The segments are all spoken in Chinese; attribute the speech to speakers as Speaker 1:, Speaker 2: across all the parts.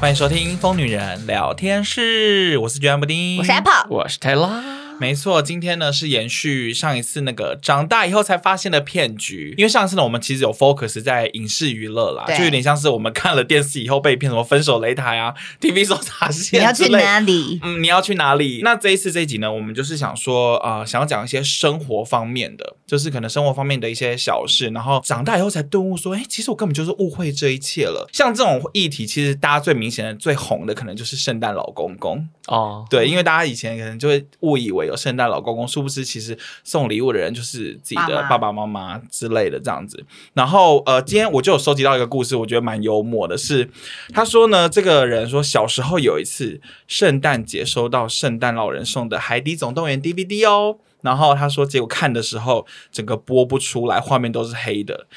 Speaker 1: 欢迎收听《疯女人聊天室》，我是居安布丁，
Speaker 2: 我是
Speaker 1: 嗯
Speaker 2: Apple，
Speaker 3: 我是泰拉。
Speaker 1: 没错，今天呢是延续上一次那个长大以后才发现的骗局，因为上次呢我们其实有 focus 在影视娱乐啦，
Speaker 2: 对
Speaker 1: 就有点像是我们看了电视以后被骗什么分手擂台啊、TV 搜查
Speaker 2: 你要
Speaker 1: 线之
Speaker 2: 去
Speaker 1: 类的。
Speaker 2: 哪里？
Speaker 1: 嗯，你要去哪里？那这一次这一集呢，我们就是想说，啊，想要讲一些生活方面的，就是可能生活方面的一些小事，然后长大以后才顿悟说，哎、其实我根本就是误会这一切了。像这种议题，其实大家最明显的、最红的，可能就是圣诞老公公。
Speaker 3: 哦，
Speaker 2: 嗯
Speaker 1: 对，因为大家以前可能就会误以为有圣诞老公公，殊不知其实送礼物的人就是自己的
Speaker 2: 爸妈
Speaker 1: 爸爸妈妈之类的这样子。然后呃，今天我就有收集到一个故事，我觉得蛮幽默的是，他说呢，这个人说小时候有一次圣诞节收到圣诞老人送的《海底总动员》DVD 哦，然后他说结果看的时候整个播不出来，画面都是黑的，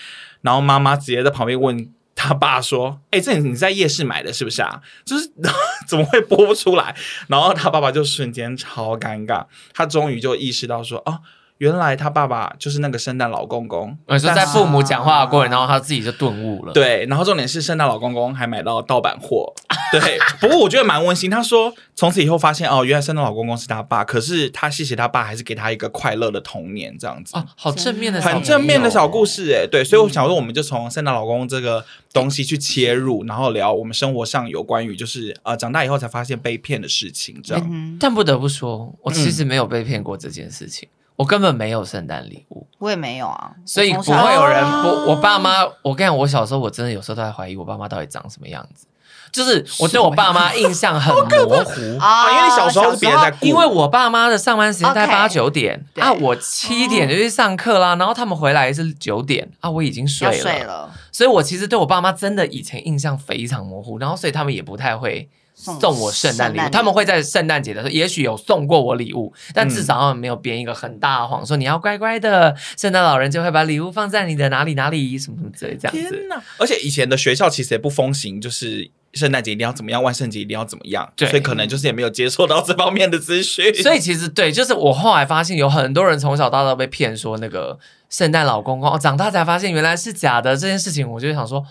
Speaker 1: 然后妈妈直接在旁边问。他爸说：“哎、这你在夜市买的是不是啊？就是 怎么会播不出来？然后他爸爸就瞬间超尴尬，他终于就意识到说，哦，原来他爸爸就是那个圣诞老公公。
Speaker 3: 我呃说在
Speaker 1: 但是
Speaker 3: 父
Speaker 2: 啊
Speaker 3: 母讲话的过程，然后他自己就顿悟了。，
Speaker 1: 对，然后重点是圣诞老公公还买到盗版货，对。不过我觉得蛮温馨。他说从此以后发现哦，原来圣诞老公公是他爸，可是他谢谢他爸，还是给他一个快乐的童年这样子。
Speaker 3: 哦，好正面的小朋友，哦嗯
Speaker 1: 很正面的小故事哎、对，所以我想说，我们就从圣诞老公公这个东西去切入，然后聊我们生活上有关于就是呃长大以后才发现被骗的事情，这样。
Speaker 2: 嗯哼，
Speaker 3: 但不得不说，我其实没有被骗过这件事情，我根本没有圣诞礼物，
Speaker 2: 嗯我也没有啊，
Speaker 3: 所以
Speaker 2: 我
Speaker 3: 不
Speaker 2: 从小啊
Speaker 3: 会有人不。
Speaker 1: 哦
Speaker 3: 我爸妈，我跟你讲，我小时候我真的有时候都在怀疑我爸妈到底长什么样子，就是我对我爸妈印 象很模糊。
Speaker 2: 啊
Speaker 1: 啊，因为你小时候是别人在顾，
Speaker 3: 因为我爸妈的上班时间大概
Speaker 2: OK
Speaker 3: 八九点
Speaker 2: 对哦
Speaker 3: 啊，我七点就去上课啦，然后他们回来是九点啊，我已经睡
Speaker 2: 要
Speaker 3: 了，
Speaker 2: 睡了，
Speaker 3: 所以我其实对我爸妈真的以前印象非常模糊，然后所以他们也不太会
Speaker 2: 送
Speaker 3: 送我圣诞礼
Speaker 2: 圣诞礼物
Speaker 3: 物，他们会在圣诞节的时候，也许有送过我礼物，但至少他们没有编一个很大的谎，说你要乖乖的，圣诞老人就会把礼物放在你的哪里哪里什么什么之类这样子。
Speaker 1: 哪！而且以前的学校其实也不风行，就是圣诞节一定要怎么样，万圣节一定要怎么样，
Speaker 3: 对
Speaker 1: 所以可能就是也没有接受到这方面的资讯。
Speaker 3: 所以其实对，就是我后来发现有很多人从小到大被骗说那个圣诞老公公，哦，长大才发现原来是假的这件事情，我就想说，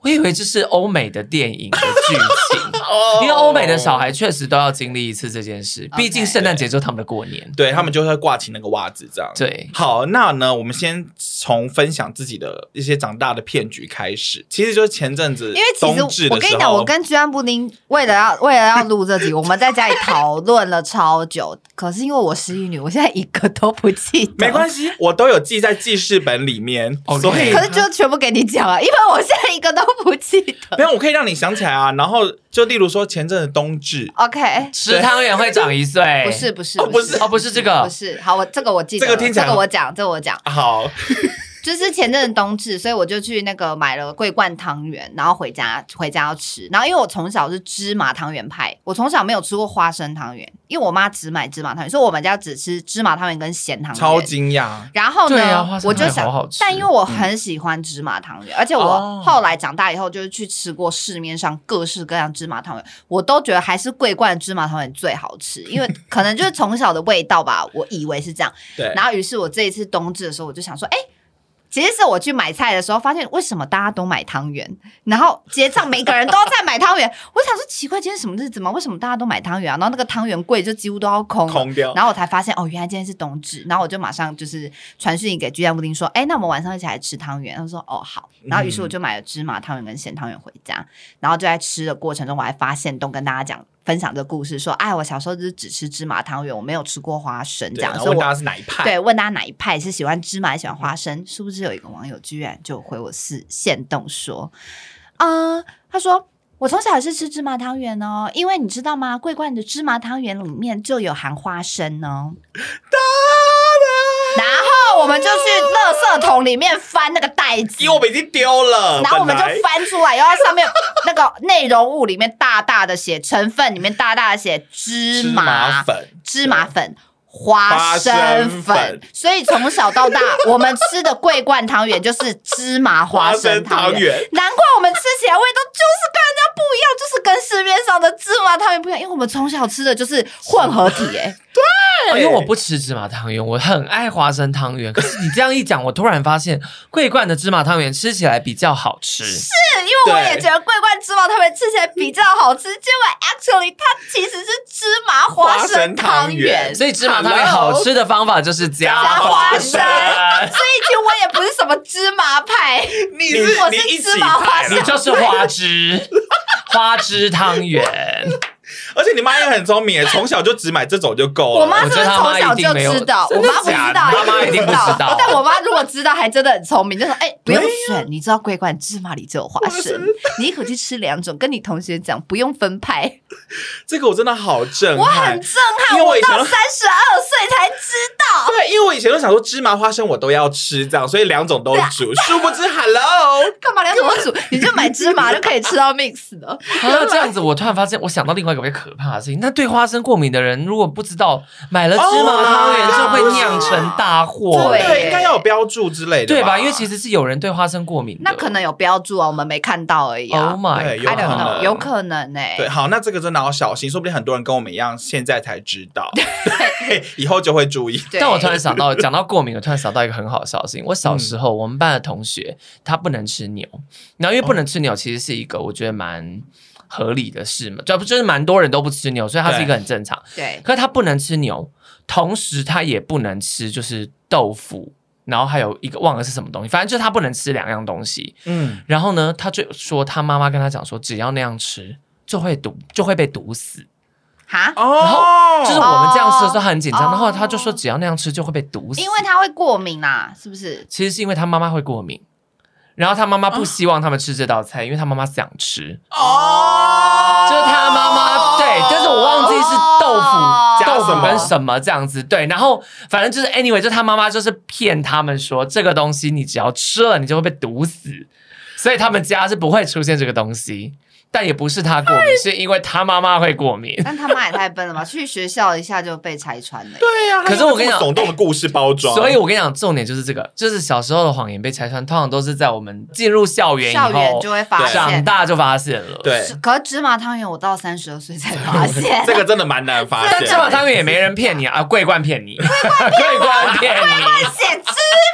Speaker 3: 我以为这是欧美的电影的剧情。
Speaker 1: 哦
Speaker 3: 因为欧美的小孩确实都要经历一次这件事，毕竟圣诞节就是他们的过年。
Speaker 1: 对他们就会挂起那个袜子这样。
Speaker 3: 对，
Speaker 1: 好，那呢，我们先从分享自己的一些长大的骗局开始。其实就是前阵子，
Speaker 2: 因为
Speaker 1: 冬
Speaker 2: 其
Speaker 1: 至
Speaker 2: 实
Speaker 1: 的
Speaker 2: 我跟你
Speaker 1: 时
Speaker 2: 讲，
Speaker 1: 候
Speaker 2: 我跟居安布丁为了要为了要录这集，我们在家里讨论了超久。可是因为我失忆女，我现在一个都不记得。
Speaker 1: 没关系，我都有记在记事本里面，
Speaker 3: OK
Speaker 1: 所以
Speaker 2: 可是就全部给你讲啊，因为我现在一个都不记得。
Speaker 1: 没有我可以让你想起来啊。然后就例如说前阵子冬至，
Speaker 2: OK，
Speaker 3: 吃汤圆会长一岁，
Speaker 2: 不是不是
Speaker 1: 哎哦不是
Speaker 3: 哦，不是这个
Speaker 2: 不，是，好，我这个我记得了，
Speaker 1: 这个听起来
Speaker 2: 这个我讲，这个我讲，
Speaker 1: 好，
Speaker 2: 就是前阵子冬至，所以我就去那个买了桂冠汤圆，然后回家回家要吃。然后因为我从小是芝麻汤圆派，我从小没有吃过花生汤圆，因为我妈只买芝麻汤圆，所以我们家只吃芝麻汤圆跟咸汤圆。
Speaker 1: 超惊讶。
Speaker 2: 然后
Speaker 3: 对
Speaker 2: 呢，
Speaker 3: 啊花生
Speaker 2: 我就
Speaker 3: 汤圆
Speaker 2: 想，
Speaker 3: 好好吃嗯
Speaker 2: 但因为我很喜欢芝麻汤圆，而且
Speaker 1: 哦
Speaker 2: 我后来长大以后就是去吃过市面上各式各样芝麻汤圆，我都觉得还是桂冠芝麻汤圆最好吃，因为可能就是从小的味道吧，我以为是这样。
Speaker 1: 对，
Speaker 2: 然后于是我这一次冬至的时候，我就想说，哎、其实是我去买菜的时候，发现为什么大家都买汤圆，然后结账每个人都在买汤圆。我想说奇怪，今天什么日子吗？为什么大家都买汤圆啊？然后那个汤圆柜就几乎都要空了
Speaker 1: 空掉
Speaker 2: 然后我才发现哦，原来今天是冬至。然后我就马上就是传讯给居家布丁说，哎，那我们晚上一起来吃汤圆。他说哦好。然后于是我就买了芝麻汤圆跟咸汤圆回家，然后就在吃的过程中，我还发现都跟大家讲。分享这个故事，说，哎，我小时候就是只吃芝麻汤圆，我没有吃过花生这
Speaker 1: 对
Speaker 2: 样，
Speaker 1: 然后
Speaker 2: 所以
Speaker 1: 问
Speaker 2: 我
Speaker 1: 大家是哪一派？
Speaker 2: 对，问大家哪一派是喜欢芝麻还是喜欢花生？是不是有一个网友居然就回我私线动说，啊、他说。我从小也是吃芝麻汤圆哦，因为你知道吗？桂冠的芝麻汤圆里面就有含花生哦。然后我们就去垃圾桶里面翻那个袋子，
Speaker 1: 因为我们已经丢了，
Speaker 2: 然后我们就
Speaker 1: 本来
Speaker 2: 翻出来，然后上面那个内容物里面大大的写成分，里面大大的写芝
Speaker 1: 芝
Speaker 2: 麻
Speaker 1: 麻粉，
Speaker 2: 芝麻粉、花生粉，
Speaker 1: 花生粉
Speaker 2: 所以从小到 大，我们吃的桂冠汤圆就是芝麻花生汤
Speaker 1: 花生汤
Speaker 2: 圆
Speaker 1: 圆。
Speaker 2: 难怪我们吃起来味道就是跟人家不一样，就是跟市面上的芝麻汤圆不一样，因为我们从小吃的就是混合体、欸，
Speaker 1: 哦
Speaker 3: 因哎为我不吃芝麻汤圆，我很爱花生汤圆。可是你这样一讲，我突然发现桂冠的芝麻汤圆吃起来比较好吃，是
Speaker 2: 因为我也
Speaker 1: 对
Speaker 2: 觉得桂冠芝麻汤圆吃起来比较好吃，结果 actually 它其实是芝麻花
Speaker 1: 花生
Speaker 2: 汤
Speaker 1: 汤圆
Speaker 3: 所以芝麻汤圆
Speaker 1: Hello
Speaker 3: 好吃的方法就是加
Speaker 2: 加花
Speaker 3: 花
Speaker 2: 生
Speaker 3: 生。
Speaker 2: 所以其实我也不是什么芝麻派，
Speaker 1: 你是
Speaker 2: 我是
Speaker 1: 你一
Speaker 2: 芝
Speaker 1: 起
Speaker 2: 麻花
Speaker 1: 派
Speaker 2: 生
Speaker 3: 你
Speaker 1: 啦，
Speaker 3: 就是花枝，花枝汤圆。
Speaker 1: 而且你妈也很聪明耶，从小就只买这种就够了。
Speaker 2: 我妈
Speaker 3: 我
Speaker 2: 是
Speaker 3: 觉
Speaker 2: 不是
Speaker 3: 得他
Speaker 2: 从
Speaker 3: 妈
Speaker 2: 小
Speaker 3: 一定
Speaker 2: 就
Speaker 3: 没有
Speaker 2: 知道？我
Speaker 3: 真的
Speaker 2: 妈不知
Speaker 3: 假的
Speaker 2: 道，
Speaker 3: 妈妈 一定不知道
Speaker 2: 但我妈如果知道，还真的很聪明，就说：“哎、不用选，你知道桂冠芝麻里就有花生，你一口气吃两种，跟你同学讲，不用分派。
Speaker 1: 这个我真的好震
Speaker 2: 我很
Speaker 1: 撼。
Speaker 2: 震
Speaker 1: 因
Speaker 2: 撼，
Speaker 1: 为我
Speaker 2: 我
Speaker 1: 以前
Speaker 2: 到三十二岁才知道。
Speaker 1: 对，因为我以前都想说芝麻花生我都要吃，这样，所以两种都煮。
Speaker 2: 啊
Speaker 1: 殊不知，Hello，
Speaker 2: 干嘛两种都煮？你就买芝麻就可以吃到 mix 的。
Speaker 3: 啊，这样子，我突然发现，我想到另外一个比较可怕的事情。那对花生过敏的人，如果不知道买了芝麻
Speaker 2: 哦
Speaker 3: 汤圆，就会酿成大祸，
Speaker 2: 对
Speaker 1: 对，应该要有标注之类的，
Speaker 3: 对
Speaker 1: 吧？
Speaker 3: 吧？因为其实是有人对花生过敏的，
Speaker 2: 那可能有标注啊，我们没看到而已
Speaker 3: Oh
Speaker 2: 啊。
Speaker 1: 对
Speaker 3: my，
Speaker 1: 有
Speaker 2: I
Speaker 1: 可
Speaker 2: don't
Speaker 1: 能
Speaker 2: know，有可能欸呢、
Speaker 1: 对，好，那这个真的要小心，说不定很多人跟我们一样，现在才知道，对，以后就会注意。
Speaker 2: 对
Speaker 3: 但我突然想到，讲到过敏，我突然想到一个很好笑的事情。我小时候，我们班的同学他不能吃牛，然后因为不能吃牛，其实是一个我觉得蛮合理的事嘛，就就是蛮多人都不吃牛，所以它是一个很正常。
Speaker 2: 对，
Speaker 3: 可是他不能吃牛，同时他也不能吃就是豆腐，然后还有一个忘了是什么东西，反正就是他不能吃两样东西。
Speaker 1: 嗯，
Speaker 3: 然后呢，他就说他妈妈跟他讲说，只要那样吃就会毒，就会被毒死。
Speaker 2: 哈，
Speaker 1: 哦，
Speaker 3: 就是我们这样吃的时候，他很紧张，
Speaker 2: 哦
Speaker 3: 然后他就说只要那样吃就会被毒死，
Speaker 2: 因为它会过敏啦，是不是？
Speaker 3: 其实是因为他妈妈会过敏。然后他妈妈不希望他们吃这道菜，因为他妈妈想吃，
Speaker 1: 哦，
Speaker 3: 就是他妈妈对，但是我忘记是豆腐、
Speaker 2: 哦
Speaker 1: 加
Speaker 3: 豆
Speaker 1: 什
Speaker 3: 腐
Speaker 1: 么
Speaker 3: 跟什么这样子对，然后反正就是 anyway，就他妈妈就是骗他们说这个东西你只要吃了你就会被毒死，所以他们家是不会出现这个东西，但也不是他过敏，是因为他妈妈会过敏。
Speaker 2: 但他妈也太笨了吧！去学校一下就被拆穿了。
Speaker 1: 对呀、
Speaker 3: 可是我跟你讲
Speaker 1: 他用这么耸动的故事包装，
Speaker 3: 所以我跟你讲，重点就是这个，就是小时候的谎言被拆穿，通常都是在我们进入校园以
Speaker 2: 校园
Speaker 3: 后，
Speaker 2: 就会发
Speaker 1: 对
Speaker 3: 长
Speaker 2: 现。
Speaker 3: 大就发现了。。
Speaker 1: 对，
Speaker 2: 可是芝麻汤圆我到三十二岁才发现
Speaker 1: 这个真的蛮难发
Speaker 3: 但
Speaker 1: 现
Speaker 3: 芝麻汤圆也没人骗你啊，啊桂冠 骗你，桂冠骗你，
Speaker 2: 写芝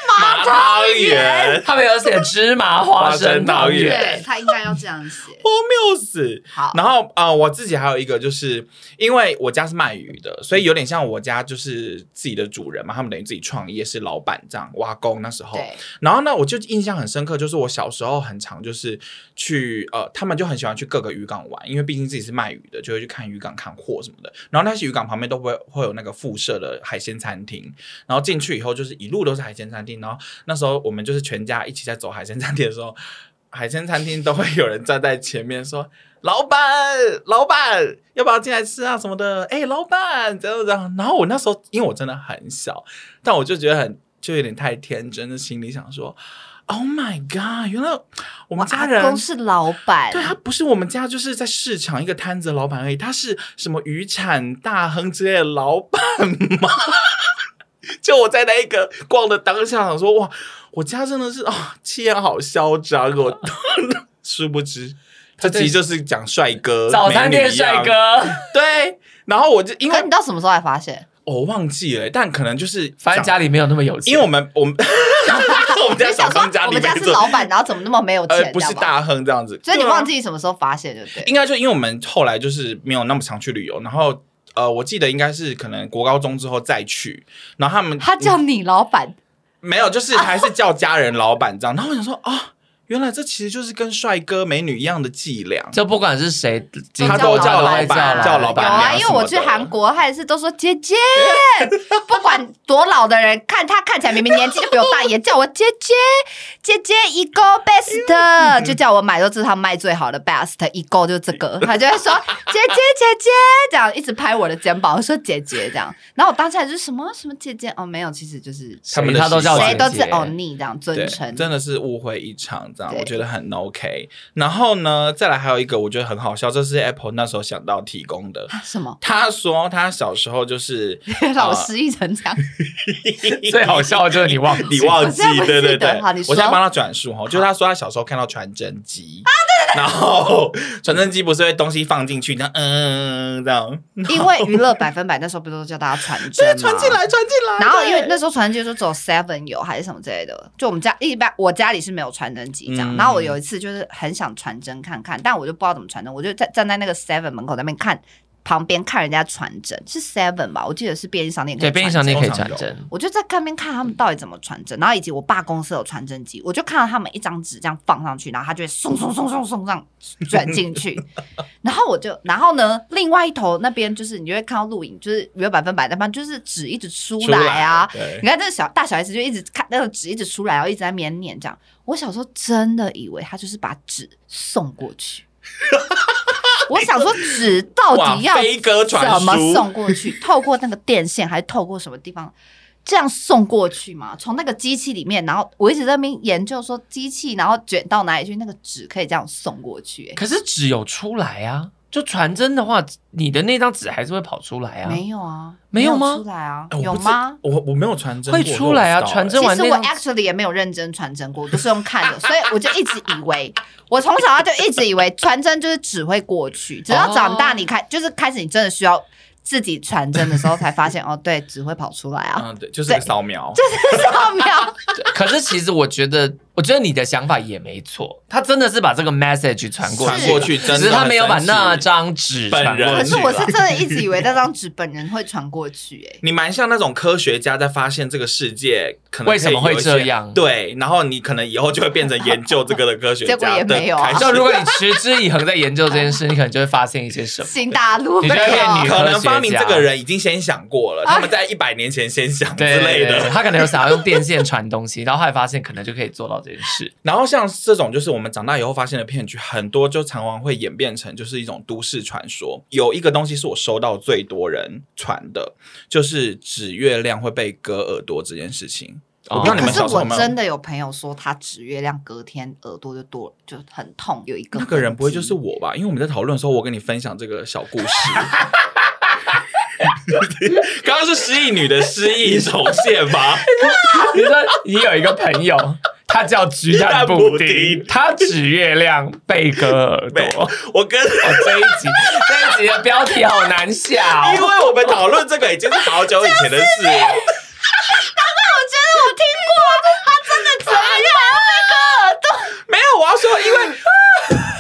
Speaker 1: 麻
Speaker 2: 麻汤
Speaker 1: 汤圆，
Speaker 3: 他们有写芝麻花生汤
Speaker 1: 圆
Speaker 2: 圆，
Speaker 3: 圆，
Speaker 2: 他应该要这样写。
Speaker 1: 荒谬死。
Speaker 2: 好，
Speaker 1: 然后啊、呃我自己还有一个，就是因为我家是卖鱼的，所以有点像我家就是自己的主人嘛，他们等于自己创业是老板这样，挖工那时候。
Speaker 2: 对，
Speaker 1: 然后呢，我就印象很深刻，就是我小时候很常就是去呃，他们就很喜欢去各个渔港玩，因为毕竟自己是卖鱼的，就会去看渔港、看货什么的。然后那些渔港旁边都会会有那个附设的海鲜餐厅，然后进去以后就是一路都是海鲜餐厅。然后那时候我们就是全家一起在走海鲜餐厅的时候，海鲜餐厅都会有人站在前面说。老板，老板，要不要进来吃啊？什么的？哎、老板，怎样怎样？然后我那时候，因为我真的很小，但我就觉得很，就有点太天真，就心里想说，Oh my god！原来我们家
Speaker 2: 阿
Speaker 1: 人
Speaker 2: 公是老板，
Speaker 1: 对他啊不是我们家就是在市场一个摊子的老板而已，他是什么渔产大亨之类的老板吗？ 就我在那一个逛的当下，想说哇，我家真的是哦，气焰好嚣张哦。 殊不知，这其实就是讲帅哥，
Speaker 3: 早餐
Speaker 1: 美
Speaker 3: 店
Speaker 1: 女一样
Speaker 3: 帅，哥，
Speaker 1: 对。然后我就因为
Speaker 2: 可你到什么时候才发现？
Speaker 1: 哦我忘记了，但可能就是
Speaker 3: 反正
Speaker 1: 长
Speaker 3: 家里没有那么有钱，
Speaker 1: 因为我们我们我们家
Speaker 2: 你
Speaker 1: 小
Speaker 2: 想说
Speaker 1: 商家
Speaker 2: 我
Speaker 1: 里
Speaker 2: 们
Speaker 1: 面
Speaker 2: 家
Speaker 1: 这
Speaker 2: 是
Speaker 1: 种
Speaker 2: 老板，然后怎么那么没有
Speaker 1: 呃
Speaker 2: 钱？
Speaker 1: 不是
Speaker 2: 这样吗，
Speaker 1: 大亨这样子，
Speaker 2: 所以你
Speaker 1: 对啊
Speaker 2: 忘记什么时候发现，对不对？
Speaker 1: 应该就因为我们后来就是没有那么常去旅游，然后呃，我记得应该是可能国高中之后再去，然后他们
Speaker 2: 他叫你老板，
Speaker 1: 没有，就是还是叫家人老板这样，然后我想说啊、原来这其实就是跟帅哥美女一样的伎俩，
Speaker 3: 就不管是谁，
Speaker 1: 他啊都
Speaker 3: 经常
Speaker 1: 叫
Speaker 3: 都
Speaker 1: 老
Speaker 3: 会
Speaker 1: 板
Speaker 3: 叫
Speaker 1: 叫老
Speaker 2: 有
Speaker 1: 板
Speaker 2: 啊，
Speaker 1: 娘
Speaker 2: 因
Speaker 1: 什
Speaker 2: 为
Speaker 1: 么
Speaker 2: 我
Speaker 1: 的
Speaker 2: 去韩国，他也是都说姐姐， 不管多老的人，看他看起来明明年纪就比我大，也叫我姐姐，姐姐一勾 best，就叫我买，都是他卖最好的 best 一勾就这个，他就会说姐姐姐姐，这样一直拍我的肩膀，说姐姐这样，然后我当下就是什么什么姐姐哦，没有，其实就是
Speaker 1: 他们的
Speaker 3: 他都
Speaker 1: 习惯
Speaker 3: 叫
Speaker 2: 谁
Speaker 3: 姐
Speaker 2: 都是
Speaker 3: 姐。
Speaker 2: 哦你这样尊
Speaker 1: 对，
Speaker 2: 称，
Speaker 1: 真的是误会一场，这样
Speaker 2: 对
Speaker 1: 我觉得很 OK。然后呢，再来还有一个我觉得很好笑，这是 Apple 那时候想到提供的。
Speaker 2: 啊 什么
Speaker 1: 他说他小时候就是
Speaker 2: 老失忆成 这样，
Speaker 3: 最好笑的就是你忘记，
Speaker 1: 你忘记
Speaker 2: 我现在不，记
Speaker 1: 对
Speaker 2: 得
Speaker 1: 对对
Speaker 2: 好你，说
Speaker 1: 我现在帮他转述哈，就是他说他小时候看到传真机啊，然后传真机不是会东西放进去，这样嗯这样，
Speaker 2: 因为娱乐百分百那时候不都叫大家传
Speaker 1: 所
Speaker 2: 真
Speaker 1: 以
Speaker 2: 吗？
Speaker 1: 传进来，传进来。
Speaker 2: 然后因为
Speaker 1: 啊对
Speaker 2: 那时候传真机就只有 Seven 有还是什么之类的，就我们家一般我家里是没有传真机这样。
Speaker 1: 嗯
Speaker 2: 然后我有一次就是很想传真看看，但我就不知道怎么传真，我就在站在那个 Seven 门口那边看，旁边看人家传真是 Seven 吧？我记得是便利商店可以
Speaker 3: 对，便利商
Speaker 2: 传真
Speaker 3: 店可以
Speaker 1: 通常
Speaker 3: 传
Speaker 1: 有
Speaker 3: 真，
Speaker 2: 我就在看边看他们到底怎么传真，然后以及我爸公司有传真机，我就看到他们一张纸这样放上去，然后他就会送送送送送这样转进去， 然后我就，然后呢，另外一头那边就是你就会看到录影，就是没有百分百那边就是纸一直出
Speaker 1: 出
Speaker 2: 来啊，
Speaker 1: 对
Speaker 2: 你看这个小大小 S 就一直看那个纸一直出来，然后一直在那边念这样。我小时候真的以为他就是把纸送过 去，我想说纸到
Speaker 1: 哇
Speaker 2: 底要
Speaker 1: 飞鸽传书
Speaker 2: 怎么送过 去？透过那个电线还是透过什么地方？这样送过去嘛？从那个机器里面，然后我一直在那边研究说机器，然后卷到哪里去？那个纸可以这样送过去、欸
Speaker 3: 可是纸有出来啊。就传真的话，你的那张纸还是会跑出来啊，
Speaker 2: 没有啊，
Speaker 3: 没有
Speaker 2: 有
Speaker 3: 吗
Speaker 2: 出来啊，
Speaker 1: 哎我
Speaker 2: 有
Speaker 1: 不知
Speaker 2: 吗？
Speaker 1: 我我没有传真过，
Speaker 3: 会出来啊
Speaker 1: 所以我不知道
Speaker 3: 传真
Speaker 1: 哎
Speaker 2: 其
Speaker 3: 完
Speaker 2: 实
Speaker 3: 那
Speaker 2: 我
Speaker 3: 张
Speaker 2: actually 也没有认真传真过，我都是用看的，所以我就一直以为，我从小就一直以为传真就是只会过去，直到长大
Speaker 3: 哦
Speaker 2: 你开、就是开始你真的需要自己传真的时候，才发现哦，对，只会跑出来 啊，
Speaker 1: 嗯对，就是个
Speaker 2: 对
Speaker 1: 扫描，
Speaker 2: 扫描，
Speaker 3: 可是其实我觉得，我觉得你的想法也没错，他真的是把这个 message 传过去，
Speaker 1: 传过去，真的
Speaker 3: 只是他没有把
Speaker 1: 很神奇
Speaker 3: 那张纸传
Speaker 1: 本
Speaker 3: 过
Speaker 1: 人
Speaker 2: 可
Speaker 3: 去
Speaker 2: 是
Speaker 3: 啦。
Speaker 2: 我是真的一直以为那张纸本人会传过去、 欸，
Speaker 1: 你蛮像那种科学家在发现这个世界可能
Speaker 3: 为什么会这样
Speaker 1: 可以有一些对，然后你可能以后就会变成研究这个的科学家
Speaker 2: 结果也没有啊
Speaker 1: 的开始
Speaker 3: 就如果你持之以恒在研究这件事，你可能就会发现一些什么。
Speaker 2: 新大陆
Speaker 3: 你在骗 女
Speaker 1: 可能发明这个人已经先想过了，
Speaker 2: 啊
Speaker 1: 他们在一百年前先 想之
Speaker 3: 对
Speaker 1: 类
Speaker 3: 对对
Speaker 1: 的。
Speaker 3: 他可能有想要用电线传东西，然后后来发现可能就可以做到这件事。
Speaker 1: 然后像这种就是我们长大以后发现的骗局，很多就常常会演变成就是一种都市传说。有一个东西是我收到最多人传的，就是指月亮会被割耳朵这件事情。我不知道你
Speaker 2: 啊可
Speaker 1: 们
Speaker 2: 是
Speaker 1: 小时候
Speaker 2: 我
Speaker 1: 有没有
Speaker 2: 真的有朋友说，他指月亮隔天耳朵就多就很痛，有一个
Speaker 1: 那个人不会就
Speaker 2: 痕迹
Speaker 1: 是我吧？因为我们在讨论的时候，我跟你分享这个小故事。刚刚是失忆女的失忆重现吧？
Speaker 3: 你说你有一个朋友，他叫鸡蛋布
Speaker 1: 鸡蛋布
Speaker 3: 丁，他指月亮贝戈耳朵。
Speaker 1: 没
Speaker 3: 哦，
Speaker 1: 我跟，
Speaker 3: 这一集这一集的标题好难笑哦、
Speaker 1: 因为我们讨论这个已经是好久以前的事了。
Speaker 2: 我觉得我听过，他真的怎样？
Speaker 1: 没有，我要说，因为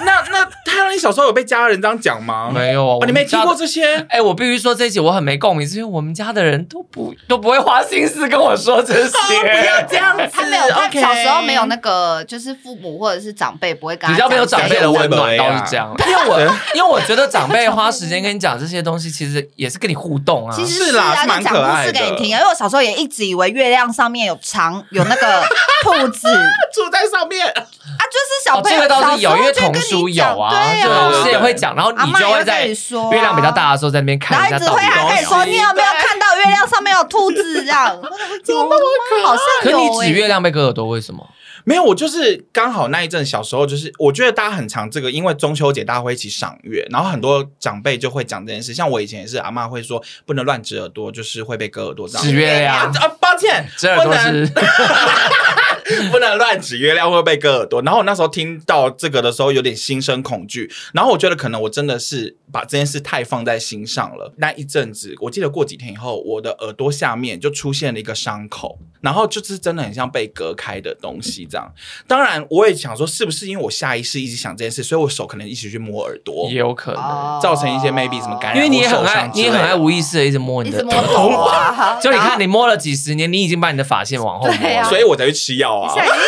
Speaker 1: 那那他让你小时候有被家人这样讲吗？
Speaker 3: 没有啊，
Speaker 1: 哦，你没听过
Speaker 3: 这。
Speaker 1: 这些？
Speaker 3: 哎、我必须说这一集我很没共鸣，是因为我们家的人都不都不会花心思跟我说这些，
Speaker 1: 不要这样子
Speaker 2: 他没有，他
Speaker 1: OK
Speaker 2: 小时候没有那个，就是父母或者是长辈不会跟他
Speaker 3: 比较没有
Speaker 2: 讲
Speaker 3: 长
Speaker 2: 这
Speaker 3: 辈
Speaker 2: 些
Speaker 3: 的温
Speaker 1: 哎
Speaker 3: 暖，
Speaker 1: 呀
Speaker 3: 倒是这样。因为我因为我觉得长辈花时间跟你讲这些东西，其实也是跟你互动啊。
Speaker 2: 其实
Speaker 1: 是啦
Speaker 2: 啊，
Speaker 1: 是蛮
Speaker 2: 就讲
Speaker 1: 可
Speaker 2: 故
Speaker 1: 爱
Speaker 2: 事
Speaker 1: 的
Speaker 2: 给你听啊，因为我小时候也一直以为月亮上面有长有那个兔 子啊，
Speaker 1: 住在上面，
Speaker 2: 就是
Speaker 3: 哦
Speaker 2: 小，朋
Speaker 3: 这
Speaker 2: 友
Speaker 3: 个倒是有，因为
Speaker 2: 小时候
Speaker 3: 童
Speaker 2: 就跟
Speaker 3: 书
Speaker 2: 你
Speaker 3: 有
Speaker 2: 讲
Speaker 3: 啊，
Speaker 2: 对
Speaker 3: 就
Speaker 1: 啊
Speaker 3: 老师也会讲，然后
Speaker 2: 阿
Speaker 3: 你
Speaker 2: 妈
Speaker 3: 就
Speaker 2: 也
Speaker 3: 会
Speaker 2: 会
Speaker 3: 在
Speaker 2: 跟你说啊
Speaker 3: 月亮比较大的时候在那边
Speaker 2: 然
Speaker 3: 看
Speaker 2: 后
Speaker 3: 人
Speaker 2: 一
Speaker 3: 家
Speaker 2: 直
Speaker 3: 到
Speaker 2: 会
Speaker 3: 底
Speaker 2: 还跟你说，
Speaker 1: 东西
Speaker 2: 你有没有看到月亮上面有兔子这 样？我有吗？好
Speaker 3: 可
Speaker 2: 像
Speaker 3: 你
Speaker 2: 有
Speaker 3: 指
Speaker 2: 欸
Speaker 3: 月亮被割耳朵，为什么？
Speaker 1: 没有，我就是刚好那一阵小时候，就是我觉得大家很常这个，因为中秋节大家会一起赏月，然后很多长辈就会讲这件事。像我以前也是，阿妈会说不能乱指耳朵，就是会被割耳朵这样。
Speaker 3: 指月
Speaker 1: 啊
Speaker 3: 亮，
Speaker 1: 啊，抱歉，
Speaker 3: 指耳朵
Speaker 1: 不能
Speaker 3: 是
Speaker 1: 不能乱指月亮会被割耳朵。然后我那时候听到这个的时候，有点心生恐惧。然后我觉得可能我真的是把这件事太放在心上了。那一阵子，我记得过几天以后，我的耳朵下面就出现了一个伤口，然后就是真的很像被隔开的东西这样。当然，我也想说，是不是因为我下意识一直想这件事，所以我手可能一直去摸耳朵
Speaker 3: 也。有可能，哎
Speaker 2: 哦
Speaker 1: 造成一些 maybe 什么感染
Speaker 3: 因为你也很
Speaker 1: 手
Speaker 3: 爱
Speaker 1: 上，之
Speaker 3: 你
Speaker 1: 类的
Speaker 3: 也很爱无意识的一直摸你
Speaker 2: 一
Speaker 3: 的
Speaker 2: 直摸头啊，
Speaker 3: 就你看，你摸了几十年，你已经把你的发线往后摸
Speaker 2: 对啊
Speaker 3: 了，
Speaker 1: 所以我才去吃药啊。
Speaker 2: 现在已经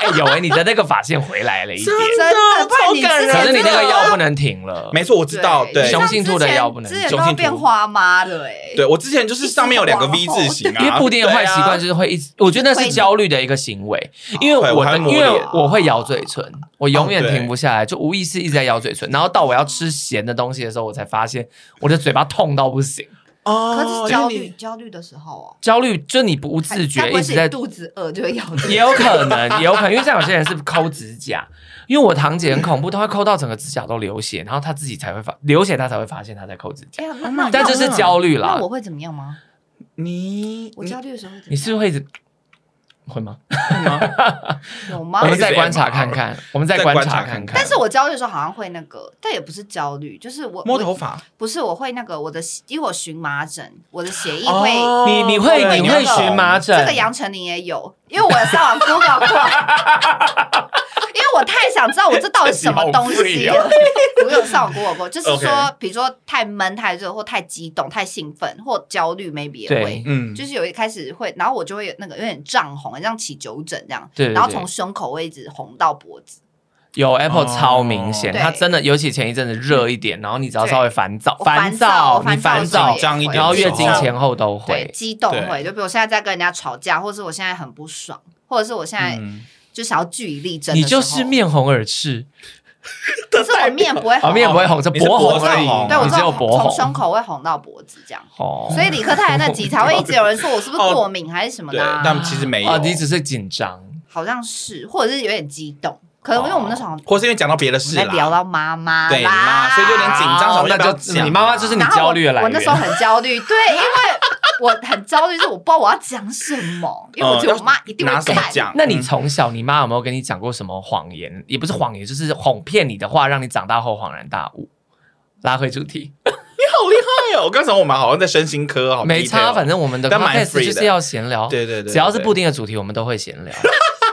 Speaker 3: 哎、有哎、你的那个发线回来了一点，
Speaker 2: 真的不然你之前
Speaker 3: 可是你那
Speaker 2: 啊真
Speaker 3: 个
Speaker 2: 的
Speaker 3: 药不能停了。
Speaker 1: 没错，我知道，对
Speaker 2: 你
Speaker 3: 雄
Speaker 2: 像
Speaker 3: 性兔的腰不能
Speaker 2: 之前之
Speaker 1: 雄
Speaker 2: 前都
Speaker 1: 性
Speaker 2: 要
Speaker 1: 兔
Speaker 2: 变花妈的哎、
Speaker 1: 对我之前就是上面有两个 V 字形啊。
Speaker 3: 因为布丁的坏习惯
Speaker 1: 对啊
Speaker 3: 就是会一直，我觉得那是焦虑的一个行为，因为
Speaker 1: 对我
Speaker 3: 我
Speaker 1: 还
Speaker 3: 的
Speaker 1: 抹
Speaker 3: 因为
Speaker 1: 脸
Speaker 3: 我会咬嘴唇，我永远
Speaker 1: 哦对
Speaker 3: 停不下来，就无意识一直在咬嘴唇，然后到我要吃咸的东西的时候，我才发现我的嘴巴痛到不行。
Speaker 1: 哦，
Speaker 2: 可是焦
Speaker 1: 因为
Speaker 2: 虑
Speaker 1: 你
Speaker 2: 焦虑的时候哦，
Speaker 3: 焦虑就你不自觉
Speaker 2: 该不
Speaker 3: 一
Speaker 2: 会
Speaker 3: 直
Speaker 2: 是
Speaker 3: 在
Speaker 2: 你 肚子饿就会咬这个
Speaker 3: 也有可能，也有可能，因为像有些人是抠指甲，因为我堂姐很恐怖，她会抠到整个指甲都流血，然后她自己才会发流血，她才会发现她在抠指甲
Speaker 2: 哎，呀，那那
Speaker 3: 但这是焦虑
Speaker 2: 那
Speaker 3: 啦
Speaker 2: 我。会怎么样吗？
Speaker 1: 你
Speaker 2: 我焦虑的时候会怎么样
Speaker 3: 你是不是会一直会吗？
Speaker 2: 有吗
Speaker 3: 我？们再
Speaker 1: 在
Speaker 3: 观察看看，我们再
Speaker 1: 再
Speaker 3: 观
Speaker 1: 观
Speaker 3: 察
Speaker 1: 察
Speaker 3: 看
Speaker 1: 看
Speaker 3: 看。
Speaker 2: 但是我焦虑的时候好像会那个，但也不是焦虑，就是我
Speaker 1: 摸头
Speaker 2: 我
Speaker 1: 发，
Speaker 2: 不是我会那个我的，因为我荨麻疹，我的血液会。
Speaker 1: 哦
Speaker 3: 你你会
Speaker 2: 对
Speaker 3: 你
Speaker 2: 那个
Speaker 3: 会荨麻疹
Speaker 2: 这，个杨丞琳也有，因为我有上网 Google 过，因为我太想知道我这到底是什么东西了。 我有上网 Google 过，就是说
Speaker 1: OK，
Speaker 2: 比如说太闷、太热或太激动、太兴奋或焦虑，maybe 也会
Speaker 3: 对。
Speaker 1: 嗯，
Speaker 2: 就是有一开始会，然后我就会有那个有点涨红，很像起酒疹这样，
Speaker 3: 对对对
Speaker 2: 然后从胸口会一直红到脖子。
Speaker 3: 有 Apple
Speaker 1: 哦
Speaker 3: 超明显，
Speaker 2: 对嗯
Speaker 3: 它真的，尤其前一阵子热一点，然后你只要
Speaker 2: 对
Speaker 3: 稍微烦躁，
Speaker 2: 我哦烦
Speaker 3: 躁，你
Speaker 2: 烦
Speaker 3: 烦
Speaker 1: 躁
Speaker 3: 躁
Speaker 1: 紧，张一点
Speaker 3: 然后月经
Speaker 1: 的时候
Speaker 3: 前后都
Speaker 2: 对
Speaker 3: 会，
Speaker 2: 激动
Speaker 1: 对
Speaker 2: 会，就比如我现在在跟人家吵架，或者是我现在很不爽，或者是我现在
Speaker 1: 嗯
Speaker 2: 就想要据以力争的
Speaker 3: 你
Speaker 2: 时
Speaker 3: 就
Speaker 2: 候，
Speaker 3: 是面红耳赤，
Speaker 2: 可是我面不会
Speaker 3: 啊，
Speaker 2: 红，
Speaker 3: 面不会红，这
Speaker 1: 哦你是哦脖
Speaker 3: 脖红
Speaker 1: 子
Speaker 3: 而
Speaker 1: 红
Speaker 3: 已，
Speaker 2: 对我
Speaker 3: 你
Speaker 2: 知
Speaker 3: 只有
Speaker 2: 道
Speaker 3: 脖
Speaker 2: 从胸
Speaker 3: 红。
Speaker 2: 口会红到脖子这样。
Speaker 3: 哦
Speaker 2: 所以理科太太那集才会一直有人说我是不是过敏还是什么
Speaker 1: 对
Speaker 2: 的、啊，，
Speaker 1: 但其实没有，
Speaker 3: 啊，你只是紧张，
Speaker 2: 好像是，或者是有点激动，可能因为我们那时候好像
Speaker 1: 哦或是因为讲到别的
Speaker 2: 我们
Speaker 1: 事
Speaker 2: 在
Speaker 1: 啦，
Speaker 2: 聊到妈妈
Speaker 1: 对
Speaker 2: 啦，
Speaker 1: 妈所以就有点紧张
Speaker 3: 哦
Speaker 1: 想说要
Speaker 3: 那
Speaker 1: 不要
Speaker 3: 就
Speaker 1: 讲
Speaker 3: 你妈妈就是你
Speaker 2: 然后
Speaker 3: 焦虑的来
Speaker 2: 我。我
Speaker 3: 源。
Speaker 2: 那时候很焦虑，对，因为我很焦虑，是我不知道我要讲什么，因为我觉得我妈一定会
Speaker 1: 拿什么
Speaker 2: 看。
Speaker 1: 讲？
Speaker 3: 那你
Speaker 1: 嗯
Speaker 3: 从小你妈有没有跟你讲过什么谎言？也不是谎言，就是哄骗你的话，让你长大后恍然大悟。拉回主题，
Speaker 1: 你好厉害哦！刚 才我们好像在身心科，好哦
Speaker 3: 没差，
Speaker 1: detail
Speaker 3: 反正我们的
Speaker 1: 但蛮
Speaker 3: podcast
Speaker 1: free
Speaker 3: 就是
Speaker 1: 的
Speaker 3: 要闲聊，
Speaker 1: 对对对，
Speaker 3: 只要是
Speaker 1: 对
Speaker 3: 固定的主题，我们都会闲 聊。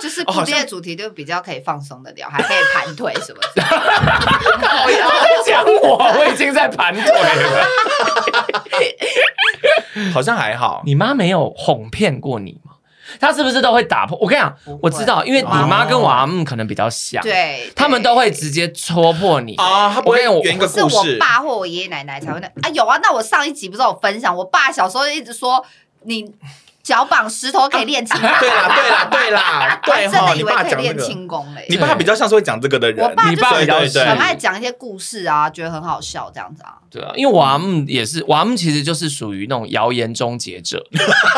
Speaker 2: 就是
Speaker 1: 哦
Speaker 2: 不
Speaker 1: 好
Speaker 2: 列主题就比较可以放松的聊，还可以盘腿什么之类的。
Speaker 3: 我要在讲我，我已经在盘腿了。
Speaker 1: 好像还好，
Speaker 3: 你妈没有哄骗过你吗？她是不是都会打破？我跟你讲
Speaker 2: 不会，哦
Speaker 3: 我知道，因为你妈跟我阿姆可能比较像，，
Speaker 2: 对，
Speaker 3: 他们都会
Speaker 2: 对
Speaker 3: 直接戳破你。
Speaker 1: 啊，他不会
Speaker 3: 我跟你
Speaker 1: 圆一个
Speaker 2: 是
Speaker 1: 故
Speaker 2: 我
Speaker 1: 事，
Speaker 2: 爸或我爷爷奶奶才会那啊有啊，那我上一集不是有分享，我爸小时候一直说你脚绑石头可以练轻功，
Speaker 1: 啊对啦对啦对啦，
Speaker 2: 我
Speaker 1: 对
Speaker 2: 真
Speaker 1: 哈，
Speaker 2: 的
Speaker 1: 你
Speaker 2: 以为
Speaker 1: 爸
Speaker 2: 可以
Speaker 1: 讲这
Speaker 2: 练
Speaker 1: 个，
Speaker 2: 轻功嘞。
Speaker 1: 你爸比较像是会讲这个的人，
Speaker 2: 我爸
Speaker 3: 你爸
Speaker 1: 对
Speaker 3: 比较
Speaker 1: 对对
Speaker 3: 是
Speaker 2: 很爱讲一些故事啊，觉得很好笑这样子啊。
Speaker 3: 对啊，因为我阿姆也是，我阿姆其实就是属于那种谣言终结者，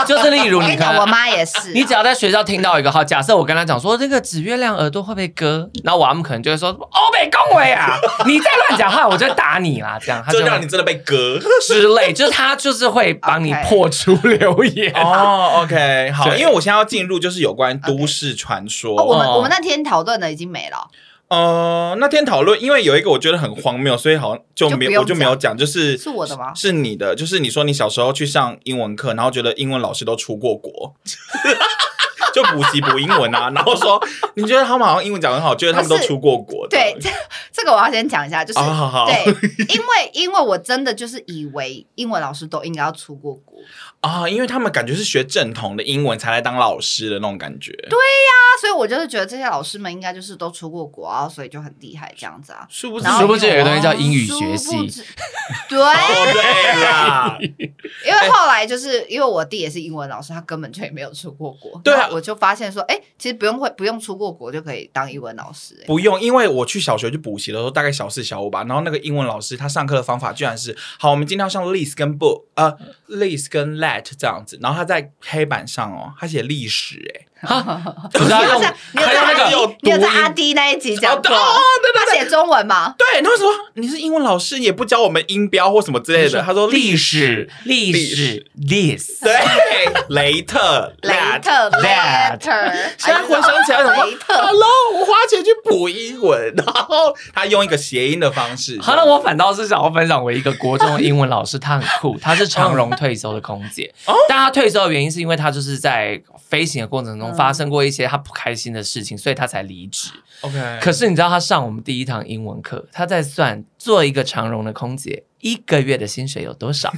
Speaker 3: 就是例如
Speaker 2: 我跟
Speaker 3: 你
Speaker 2: 你讲，
Speaker 3: 看
Speaker 2: 哎我。妈也是啊，
Speaker 3: 你只要在学校听到一个好，假设我跟他讲说这个紫月亮耳朵会不会割，然后我阿姆可能就会说欧北恭维啊， 你再乱讲话我就打你啦，这样他
Speaker 1: 就
Speaker 3: 会
Speaker 1: 让你真的被 割。
Speaker 3: 之类，就是他就是会帮你破除留言。
Speaker 1: 哦，OK，好，
Speaker 3: 对
Speaker 1: 因为我现在要进入就是有关
Speaker 2: OK
Speaker 1: 都市传
Speaker 2: 哦，我
Speaker 1: 说。
Speaker 2: 们
Speaker 3: 哦
Speaker 2: 我们那天讨论的已经没了，
Speaker 1: 呃，那天讨论，因为有一个我觉得很荒谬，所以好像就
Speaker 2: 就
Speaker 1: 没有
Speaker 2: 不用
Speaker 1: 我就没有讲，就是
Speaker 2: 是我的吗
Speaker 1: 是你的，就是你说你小时候去上英文课，然后觉得英文老师都出过国。 就补习补英文啊，然后说你觉得他们好像英文讲得很好，觉得他们都
Speaker 2: 不是
Speaker 1: 出过国的。
Speaker 2: 对，这这个我要先讲一下，就是、
Speaker 1: 啊，好好
Speaker 2: 对，因为因为我真的就是以为英文老师都应该要出过国啊，
Speaker 1: 啊，因为他们感觉是学正统的英文才来当老师的那种感觉。对，
Speaker 2: 所以我就是觉得这些老师们应该就是都出过国啊，所以就很厉害这样子啊。
Speaker 1: 殊不知哦
Speaker 2: 然后哦
Speaker 3: 殊不知有一个东西叫英语
Speaker 2: 殊
Speaker 3: 学
Speaker 2: 不
Speaker 3: 系
Speaker 2: 知，对，
Speaker 1: 对啊啦，
Speaker 2: 因为后来就是因为我弟也是英文老师，他根本就也没有出过国，
Speaker 1: 对啊
Speaker 2: 那我就发现说，哎、其实不用会不用出过国就可以当英文老师、欸诶
Speaker 1: 不用，因为我去小学去补习的时候，大概小四、小五吧。然后那个英文老师他上课的方法居然是，好，我们今天要上 list 跟 book，呃，list 跟 let 这样子。然后他在黑板上哦，他写历史、欸，
Speaker 3: 不是
Speaker 2: 你
Speaker 3: 他
Speaker 2: 有
Speaker 3: 用
Speaker 2: 在你有
Speaker 3: 他
Speaker 2: 在
Speaker 3: 用
Speaker 2: 阿
Speaker 1: 还
Speaker 3: 那
Speaker 2: 迪
Speaker 1: 有
Speaker 3: 个
Speaker 1: 那个
Speaker 2: 你有在
Speaker 1: 读音
Speaker 2: 阿迪那一集讲过，
Speaker 1: 哦哦对对
Speaker 2: 他写中文嘛？
Speaker 1: 对，然后说你是英文老师，也不教我们音标或什么之类的。他说历史，
Speaker 3: 历
Speaker 1: 史
Speaker 3: 史 this，
Speaker 1: 对， 雷特哎哦
Speaker 2: 雷
Speaker 1: let。
Speaker 2: 特
Speaker 3: that
Speaker 2: letter，
Speaker 1: 现在回想起来，想说
Speaker 2: 雷特
Speaker 1: “Hello，我花钱去补英文， 然后他用一个谐音的方式。
Speaker 3: 好了，我反倒是想要分享我一个国中的英文老师，他很 酷，他是长荣退休的空姐。
Speaker 1: 哦
Speaker 3: 但他退休的原因是因为他就是在飞行的过程
Speaker 1: 嗯
Speaker 3: 中发生过一些他不开心的事情，所以他才离职。
Speaker 1: OK，
Speaker 3: 可是你知道他上我们第一堂英文课，他在算做一个长荣的空姐一个月的薪水有多 少，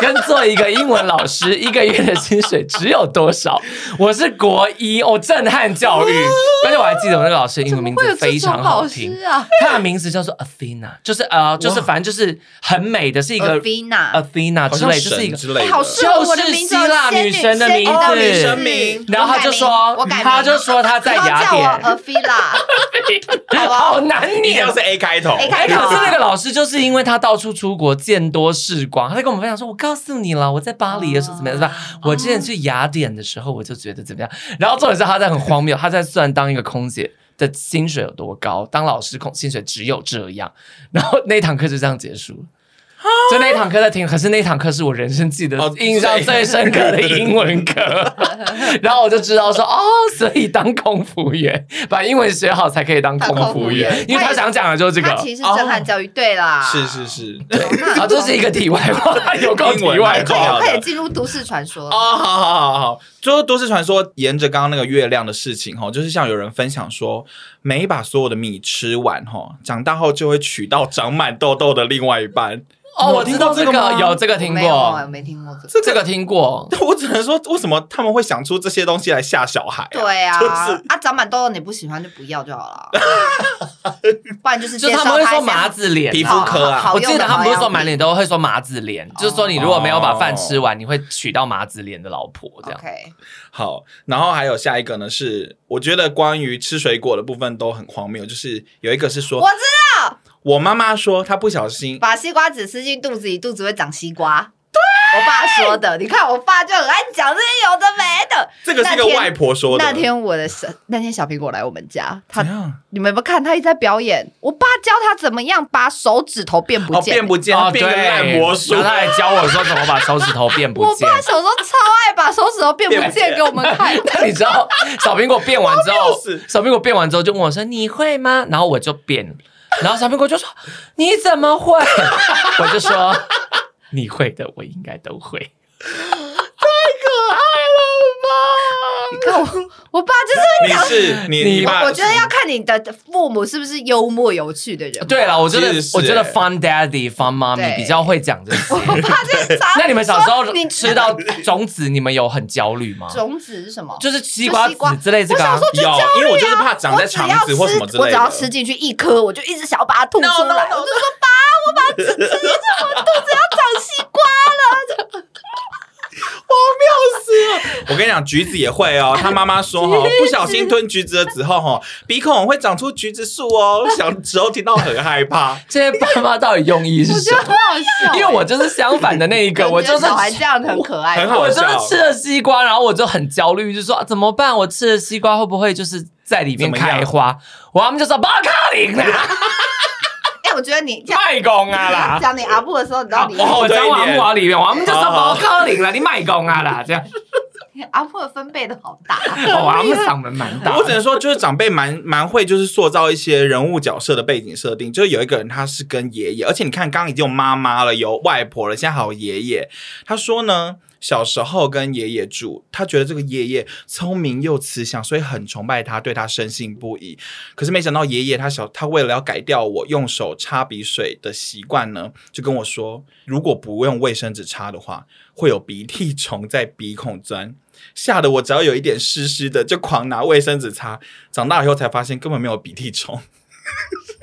Speaker 3: 跟做一个英文老师一个月的薪水只有多少。我是国一，我震撼 教育，而且我还记得我那个老师的英文名字非常好听，
Speaker 2: 啊
Speaker 3: 他的名字叫做 Athena，就是呃，就是反正就是很美的，是一个
Speaker 2: Athena，
Speaker 3: Athena
Speaker 1: 好
Speaker 3: 之
Speaker 1: 像
Speaker 3: 类，就是一
Speaker 1: 神
Speaker 3: 个。
Speaker 1: 之类的，
Speaker 2: 哎好适合我的
Speaker 3: 就是
Speaker 2: 名字
Speaker 3: 希腊
Speaker 2: 哦，仙
Speaker 3: 女神的
Speaker 2: 仙
Speaker 3: 名字
Speaker 1: 哦女
Speaker 2: 女
Speaker 1: 神
Speaker 2: 神
Speaker 1: 名
Speaker 3: 然后他就说
Speaker 2: 我改，名
Speaker 3: 他就说他在雅
Speaker 2: 不要
Speaker 3: 典
Speaker 2: 叫我 Athena，好不好
Speaker 3: 好难
Speaker 1: 一定
Speaker 3: 念
Speaker 1: 要，是欸 A 开头
Speaker 2: A 开
Speaker 3: 哎，可
Speaker 2: 头
Speaker 3: 是 那个老师就是因为他到处出国，见多识广，他就跟我们分享说：“我告诉你了，我在巴黎的时啊候怎么样怎么样，我之前去雅典的时候我就觉得怎么样。”然后重点是他在很荒 谬，他在算当一个空姐的薪水有多高，当老师空薪水只有这样。然后那一堂课就这样结束了。就那一堂课在听，可是那一堂课是我人生记得
Speaker 1: 哦
Speaker 3: 印象最深刻的英文 课，然后我就知道说哦，所以当空服员，把英文学好才可以当空服
Speaker 2: 当空服
Speaker 3: 员
Speaker 2: 员，
Speaker 3: 因为他想讲的就是这个哦
Speaker 2: 他。其实是震撼教育，对啦，
Speaker 1: 是是 是，
Speaker 2: 对，
Speaker 3: 好，啊这是一个题外 话，有够题外
Speaker 1: 英文啊
Speaker 3: 话
Speaker 1: 好。的
Speaker 2: 快点进入都市传说
Speaker 1: 哦，。好好好好好，就是都市传说，沿着刚刚那个月亮的事情哈，就是像有人分享说，每一把所有的米吃完哈，长大后就会娶到长满痘痘的另外一半。
Speaker 3: 哦，我知道这
Speaker 1: 你有听过这个
Speaker 3: 个，
Speaker 1: 吗
Speaker 3: 有这个听
Speaker 2: 没有，啊我
Speaker 3: 过，
Speaker 2: 没听过这个。
Speaker 3: 这个听过。
Speaker 1: 我只能说，为什么他们会想出这些东西来吓小孩、啊？
Speaker 2: 对啊，
Speaker 1: 就是
Speaker 2: 啊，长满痘痘你不喜欢就不要就好 了，不然就是
Speaker 3: 就
Speaker 2: 介
Speaker 3: 是
Speaker 2: 绍
Speaker 3: 他们会
Speaker 2: 一
Speaker 3: 说
Speaker 2: 下
Speaker 3: 麻子脸、
Speaker 1: 皮肤科啊
Speaker 2: 好好
Speaker 3: 我
Speaker 2: 用
Speaker 3: 记
Speaker 2: 的
Speaker 3: 得他们不是
Speaker 2: 保
Speaker 3: 说
Speaker 2: 养
Speaker 3: 满
Speaker 2: 品
Speaker 3: 脸都会说麻子脸，就是说你如果没有把饭吃完，你会娶到麻子脸的老婆这样。
Speaker 2: OK，
Speaker 1: 好，然后还有下一个呢，是我觉得关于吃水果的部分都很荒谬，就是有一个是说
Speaker 2: 我，知
Speaker 1: 我妈妈说她不小心
Speaker 2: 把西瓜籽吃进肚子里，肚子会长西瓜。对，我爸说的。你看，我爸就很爱讲这些有的没的。
Speaker 1: 这个是个
Speaker 2: 那天
Speaker 1: 外婆说的。
Speaker 2: 那天我的小那天小苹果来我们家，他
Speaker 1: 怎样？
Speaker 2: 你们有没有看他一直在表演？我爸教他怎么样把手指头变不
Speaker 1: 哦，
Speaker 2: 见。
Speaker 1: 变不见，
Speaker 3: 哦，
Speaker 1: 变
Speaker 3: 对，
Speaker 1: 个烂魔术
Speaker 3: 然。后他还教我说怎么把手指头变不
Speaker 2: 我
Speaker 3: 见。
Speaker 2: 爸小时候超爱把手指头变不见给我们看。
Speaker 3: 但你知道小苹果变完之
Speaker 1: 荒
Speaker 3: 后
Speaker 1: 谬死，
Speaker 3: 小苹果变完之后就问我说：“你会吗？”然后我就变，然后小苹果就说：“你怎么会？” 我就说：“你会的，我应该都会。
Speaker 2: 你看我，我爸就是
Speaker 1: 你是你
Speaker 3: 你
Speaker 1: 你爸，
Speaker 2: 我觉得要看你的父母是不是幽默有趣的人”。
Speaker 3: 对了，我觉得
Speaker 1: 其实是
Speaker 3: 我觉得
Speaker 1: 欸
Speaker 3: fun daddy fun mommy
Speaker 2: 对
Speaker 3: 比较会讲这些
Speaker 2: 我。爸就是常
Speaker 3: 那你们小时候
Speaker 2: 说你
Speaker 3: 吃到种子，你们有很焦虑吗？
Speaker 2: 种子是什么？
Speaker 3: 就是西瓜
Speaker 2: 就西瓜
Speaker 3: 籽之类这个啊。
Speaker 2: 我想说就焦虑啊
Speaker 1: 有因为我就是怕长在肠子或什么之类的
Speaker 2: 我只要吃，我只要吃进去一颗，我就一直想要把它吐出
Speaker 1: No, no,
Speaker 2: 来。
Speaker 1: no,
Speaker 2: 我就说爸，我把它吃进去，我肚子要长西瓜了。
Speaker 1: 我跟你讲，橘子也会哦。他妈妈说 哈，不小心吞橘子的籽后哈，鼻孔会长出橘子树哦。小时候听到很害怕
Speaker 3: 这些爸妈到底用意是
Speaker 2: 我
Speaker 3: 什
Speaker 2: 觉得
Speaker 3: 么
Speaker 2: 很？好笑欸，
Speaker 3: 因为我就是相反的那一个，我
Speaker 2: 觉
Speaker 3: 就
Speaker 2: 得
Speaker 3: 是
Speaker 2: 小孩这样很可爱，
Speaker 1: 很好
Speaker 3: 我
Speaker 1: 笑
Speaker 3: 就是吃了西瓜，然后我就很焦虑，就说、啊怎么办？我吃了西瓜会不会就是在里
Speaker 1: 怎
Speaker 3: 面
Speaker 1: 么样
Speaker 3: 开花？我他们就说不要靠你啦，
Speaker 2: 哎，我觉得你这样
Speaker 3: 卖公啊 啦！
Speaker 2: 讲你阿布的时候，你知道你
Speaker 1: 好
Speaker 3: 我讲我木哦瓦里面，我们就说不
Speaker 1: 好好
Speaker 3: 要靠你啦，你卖公啊 啦！这样，
Speaker 2: 阿布的分贝都好大。
Speaker 3: 我他们嗓门蛮 大
Speaker 2: 哦
Speaker 1: 我。只能说，就是长辈蛮蛮会，就是塑造一些人物角色的背景设定。就是有一个人他是跟爷爷，而且你看，刚刚已经有妈妈了，有外婆了，现在还有爷爷。他说呢，小时候跟爷爷住，他觉得这个爷爷聪明又慈祥，所以很崇拜他，对他深信不疑。可是没想到爷爷他小，他为了要改掉我用手擦鼻水的习惯呢，就跟我说，如果不用卫生纸擦的话，会有鼻涕虫在鼻孔钻。吓得我只要有一点湿湿的，就狂拿卫生纸擦。长大以后才发现根本没有鼻涕虫，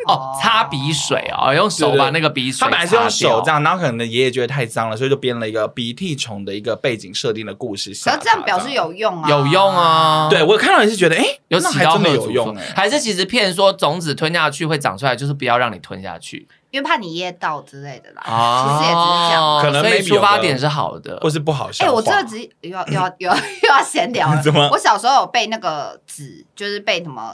Speaker 3: 哦，擦鼻水哦，用手
Speaker 1: 对对
Speaker 3: 把那个鼻水
Speaker 1: 他
Speaker 3: 擦掉。
Speaker 1: 本来是用手这样，然后可能爷爷觉得太脏了，所以就编了一个鼻涕虫的一个背景设定的故事。
Speaker 2: 可
Speaker 1: 吓
Speaker 2: 是
Speaker 1: 他
Speaker 2: 这样表示有用啊，
Speaker 3: 有用。啊。
Speaker 1: 对我看到也是觉得，哎、
Speaker 3: 有欸
Speaker 1: 那
Speaker 3: 起
Speaker 1: 还
Speaker 3: 到
Speaker 1: 真的
Speaker 3: 贺
Speaker 1: 有
Speaker 3: 族
Speaker 1: 用、
Speaker 3: 作
Speaker 1: 哎，
Speaker 3: 还是其实骗说种子吞下去会长出来，就是不要让你吞下去
Speaker 2: 因为怕你噎到之类的啦，
Speaker 3: 啊。
Speaker 2: 其实也只是这样。
Speaker 1: 可能
Speaker 3: 所以
Speaker 1: maybe 有
Speaker 3: 出发
Speaker 1: 的
Speaker 3: 点是好的，
Speaker 1: 或是不好
Speaker 2: 哎、
Speaker 1: 笑话。
Speaker 2: 我这个只又要又要又要又要闲聊 了。
Speaker 1: 怎么
Speaker 2: 我小时候有被那个籽，就是被什么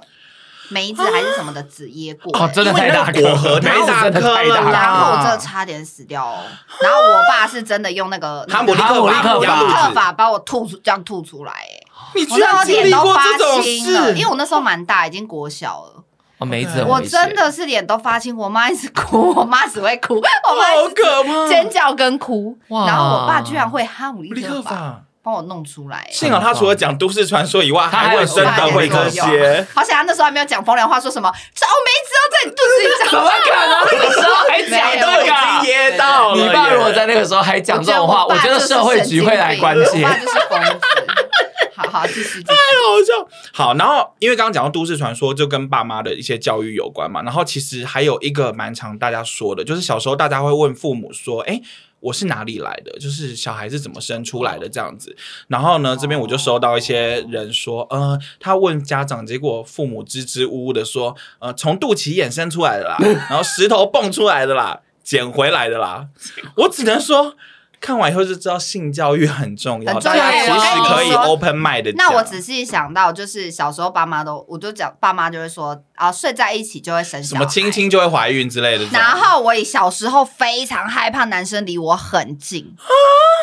Speaker 2: 梅子还是什么的籽噎过、
Speaker 1: 啊
Speaker 3: 哦，
Speaker 2: 欸
Speaker 3: 真的太大颗，
Speaker 1: 因为那个果核太大颗了啦
Speaker 2: 然后我真的
Speaker 3: 的
Speaker 2: 差点死掉哦。然后我爸是真的用那个
Speaker 1: 哈姆立
Speaker 3: 哈姆
Speaker 1: 克
Speaker 3: 立
Speaker 1: 法，压肚
Speaker 2: 那
Speaker 3: 克法
Speaker 2: 个
Speaker 1: 子
Speaker 2: 特法把我吐出，这样吐出来、欸，
Speaker 1: 你
Speaker 2: 我
Speaker 1: 居
Speaker 2: 那
Speaker 1: 然
Speaker 2: 时候
Speaker 1: 经
Speaker 2: 脸
Speaker 1: 历
Speaker 2: 都
Speaker 1: 过
Speaker 2: 发
Speaker 1: 这种
Speaker 2: 青了，因为
Speaker 1: 事？
Speaker 2: 我那时候蛮大，已经国小了。
Speaker 3: 哦，梅子很
Speaker 2: 我
Speaker 3: 危险
Speaker 2: 真的是脸都发青，我妈一直哭，我妈只会哭，我妈
Speaker 1: 好
Speaker 2: 一直
Speaker 1: 可怕！
Speaker 2: 尖叫跟哭。
Speaker 3: 哇
Speaker 2: 然后我爸居然会哈姆
Speaker 1: 立
Speaker 2: 立
Speaker 1: 克
Speaker 2: 克法
Speaker 1: 法，
Speaker 2: 帮我弄出来、欸
Speaker 1: 幸好他除了讲都市传说以外，
Speaker 3: 他还有
Speaker 1: 会真的会这
Speaker 2: 他还有
Speaker 1: 些。
Speaker 2: 好想他那时候还没有讲风凉话，说什么草莓只要在你肚子里长
Speaker 3: 怎么可能？那个时候还讲
Speaker 2: 没
Speaker 1: 都
Speaker 2: 有
Speaker 1: 已经
Speaker 3: 这个？
Speaker 1: 噎到了耶，
Speaker 3: 你爸如果在那个时候还 讲这种话，我觉得社会局会来关
Speaker 2: 我
Speaker 3: 切
Speaker 2: 爸。就是疯子。好好，继续继续。
Speaker 1: 好笑。好，然后因为刚刚讲到都市传说，就跟爸妈的一些教育有关嘛。然后其实还有一个蛮常大家说的，就是小时候大家会问父母说：“哎，我是哪里来的？就是小孩是怎么生出来的这样子。”然后呢，这边我就收到一些人说：“呃，他问家长，结果父母支支吾吾的说：‘呃，从肚脐衍生 出来的啦，然后石头蹦出来的啦，捡回来的啦。’我只能说。”看完以后就知道性教育很重要，
Speaker 2: 很重要
Speaker 1: 大家其实可以
Speaker 2: 我跟你说
Speaker 1: open mind 的。
Speaker 2: 那我仔细想到，就是小时候爸妈都，我就讲爸妈就会说啊，睡在一起就会生小
Speaker 1: 什
Speaker 2: 孩
Speaker 1: 么亲。亲就会怀孕之类的这种，
Speaker 2: 然后我小时候非常害怕男生离我很近，
Speaker 1: 啊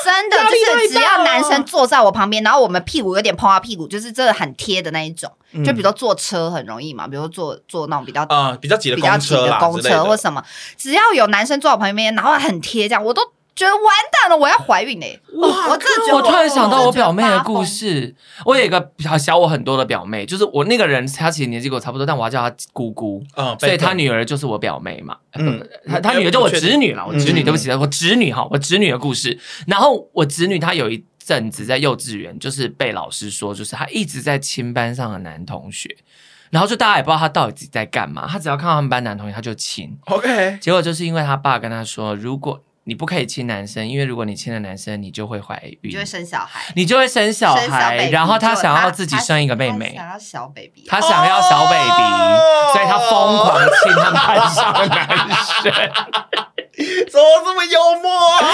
Speaker 2: 真的就是只要男生坐在我旁边，然后我们屁股有点碰到屁股，就是真的很贴的那一种。
Speaker 1: 嗯
Speaker 2: 就比如说坐车很容易嘛，比如说坐坐那种比较
Speaker 1: 啊比较挤的
Speaker 2: 比较
Speaker 1: 公
Speaker 2: 挤
Speaker 1: 车
Speaker 2: 的
Speaker 1: 啦
Speaker 2: 公
Speaker 1: 之类
Speaker 2: 车或
Speaker 1: 的，
Speaker 2: 什么，只要有男生坐我旁边，然后很贴这样，我都觉得完蛋了，我要怀孕嘞、哦我真的觉得
Speaker 3: 我突然想到我表妹的故
Speaker 2: 事。
Speaker 3: 事，我有一个小小我很多的表妹，就是我那个人，她其实年纪跟我差不多，但我要叫她姑姑，
Speaker 1: 嗯，
Speaker 3: 所以她
Speaker 1: 被
Speaker 3: 女儿就是我表妹嘛。
Speaker 1: 嗯
Speaker 3: 嗯，她她女儿就我侄女了，我
Speaker 1: 嗯
Speaker 3: 侄女，
Speaker 1: 嗯
Speaker 3: 对不起，我侄女哈，我侄女的故事。然后我侄女她有一阵子在幼稚园，就是被老师说，就是她一直在亲班上的男同学，然后就大家也不知道她到底自己在干嘛，她只要看到他们班男同学，她就亲。
Speaker 1: OK，
Speaker 3: 结果就是因为他爸跟他说，如果你不可以亲男生，因为如果你亲了男生，你就会怀
Speaker 2: 你
Speaker 3: 孕
Speaker 2: 就会，生小孩，
Speaker 3: 你就会生小
Speaker 2: 生小 baby，
Speaker 3: 孩。然后他
Speaker 2: 就
Speaker 3: 想要自己生一个妹妹
Speaker 2: 他，想要小 baby，啊
Speaker 3: 他想要小 baby，
Speaker 1: 哦
Speaker 3: 所以他疯狂亲他们班上的男生。
Speaker 1: 怎么这么幽默啊？